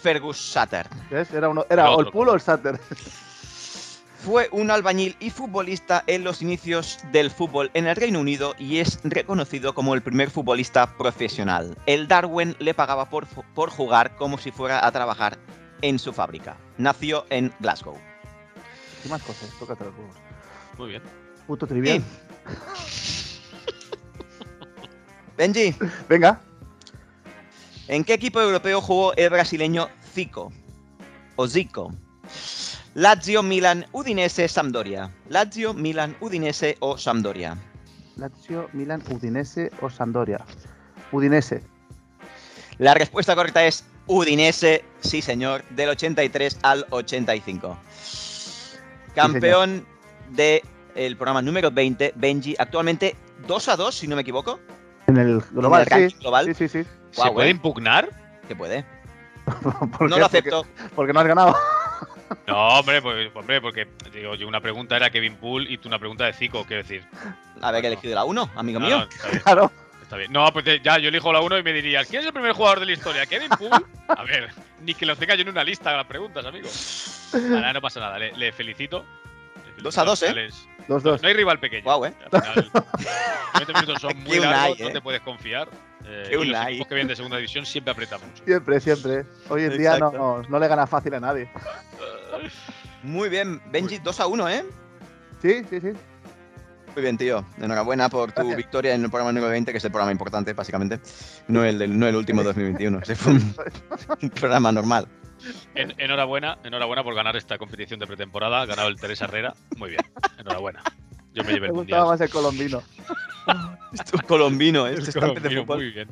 Fergus Sutter.
¿Ves? Era, uno, era
Era
o el
otro.
pool o el Satter.
Fue un albañil y futbolista en los inicios del fútbol en el Reino Unido y es reconocido como el primer futbolista profesional. El Darwin le pagaba por, fu- por jugar como si fuera a trabajar en su fábrica. Nació en Glasgow.
¿Qué más cosas? Tócate los huevos.
Muy bien.
Puto trivial.
Sí. Benji,
Venga.
¿en qué equipo europeo jugó el brasileño Zico? O Zico. Lazio, Milan, Udinese, Sampdoria. Lazio, Milan, Udinese o Sampdoria.
Lazio, Milan, Udinese o Sandoria. Udinese.
La respuesta correcta es Udinese, sí señor, del 83 al 85. Campeón del programa número 20, Benji, actualmente 2 a 2, si no me equivoco.
En el
en
global,
el ranking
sí.
global.
Sí, sí, sí.
¿Se
Guau,
puede
eh.
impugnar?
Se puede.
¿Por
No
qué?
lo acepto.
Porque, porque no has ganado.
No, hombre, pues, hombre, porque digo, yo una pregunta era Kevin Poole y tú una pregunta de Zico, quiero decir.
Haber
No.
elegido la 1, amigo
No,
mío.
no, está bien,
Claro.
está bien. No, pues eh, ya, yo elijo la 1 y me dirías, ¿quién es el primer jugador de la historia? ¿Kevin Poole? A ver, ni que los tenga yo en una lista de las preguntas, amigo. Ahora no pasa nada, le, le felicito. Le
Dos a dos,
felicito,
¿eh?
es-
Los dos.
No hay rival pequeño.
Guau, ¿eh?
Al final, los 20 minutos son muy
Qué
largos,
unai,
no
¿eh?
te puedes confiar. Eh,
Qué
y los
unai.
equipos que vienen de segunda división siempre aprietan mucho.
Siempre, siempre. Hoy en día no,
Exacto.
no le gana fácil a nadie.
Muy bien, Benji, 2 a 1, ¿eh?
Sí, sí, sí.
Muy bien, tío. Enhorabuena por tu
Gracias.
victoria en el programa número 20, que es el programa importante, básicamente. No el, del- no el último 2021. Ese fue un, un programa normal.
En- enhorabuena, enhorabuena por ganar esta competición de pretemporada. Ha ganado el Teresa Herrera. Muy bien, enhorabuena. Yo me llevé
Me
el
gustaba
mundial.
más el colombino.
Esto es colombino, ¿eh?
El
Este estampe de
colombiano,
fútbol.
muy bien.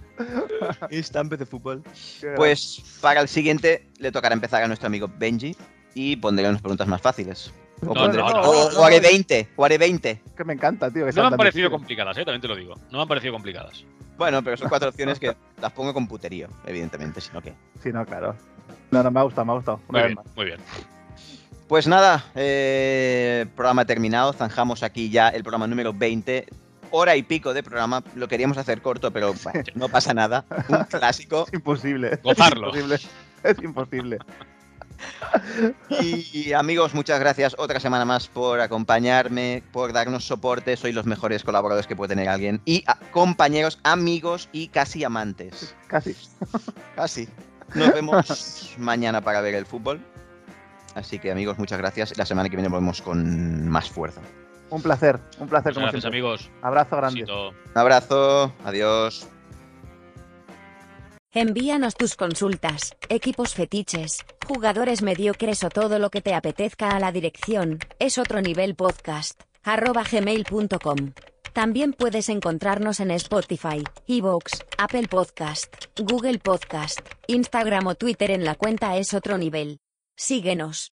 Estampe de fútbol.
Qué
Pues para el siguiente le tocará empezar a nuestro amigo Benji y pondré unas preguntas más fáciles. O,
No,
pondré-
no, no,
o-
no,
o haré
no.
20, o haré 20.
gran- que me encanta, tío. que
No
sean
me han
tan
parecido
difíciles.
complicadas, eh, también te lo digo. No me han parecido complicadas.
Bueno, pero son cuatro opciones que las pongo con puterío, evidentemente, sino que.
Sí, no, claro. No, no, me ha gustado, me ha gustado. Una
Muy
vez
bien,
más.
muy bien.
Pues nada, eh, programa terminado. Zanjamos aquí ya el programa número 20. Hora y pico de programa. Lo queríamos hacer corto, pero bueno, no pasa nada. Un clásico.
Es imposible.
Gozarlo.
Es imposible. Es imposible.
Y amigos, muchas gracias otra semana más por acompañarme, por darnos soporte. Sois los mejores colaboradores que puede tener alguien. Y a- compañeros, amigos y casi amantes.
Casi.
Casi. Nos vemos mañana para ver el fútbol. Así que amigos, muchas gracias. La semana que viene volvemos con más fuerza.
Un placer, un placer
Muchas
como
gracias,
siempre.
amigos.
Abrazo grande.
Besito.
Un abrazo, adiós.
Envíanos tus consultas, equipos fetiches, jugadores mediocres o todo lo que te apetezca a la dirección es otro nivel podcast arroba gmail.com. También puedes encontrarnos en Spotify, Evox, Apple Podcast, Google Podcast, Instagram o Twitter en la cuenta es otro nivel. Síguenos.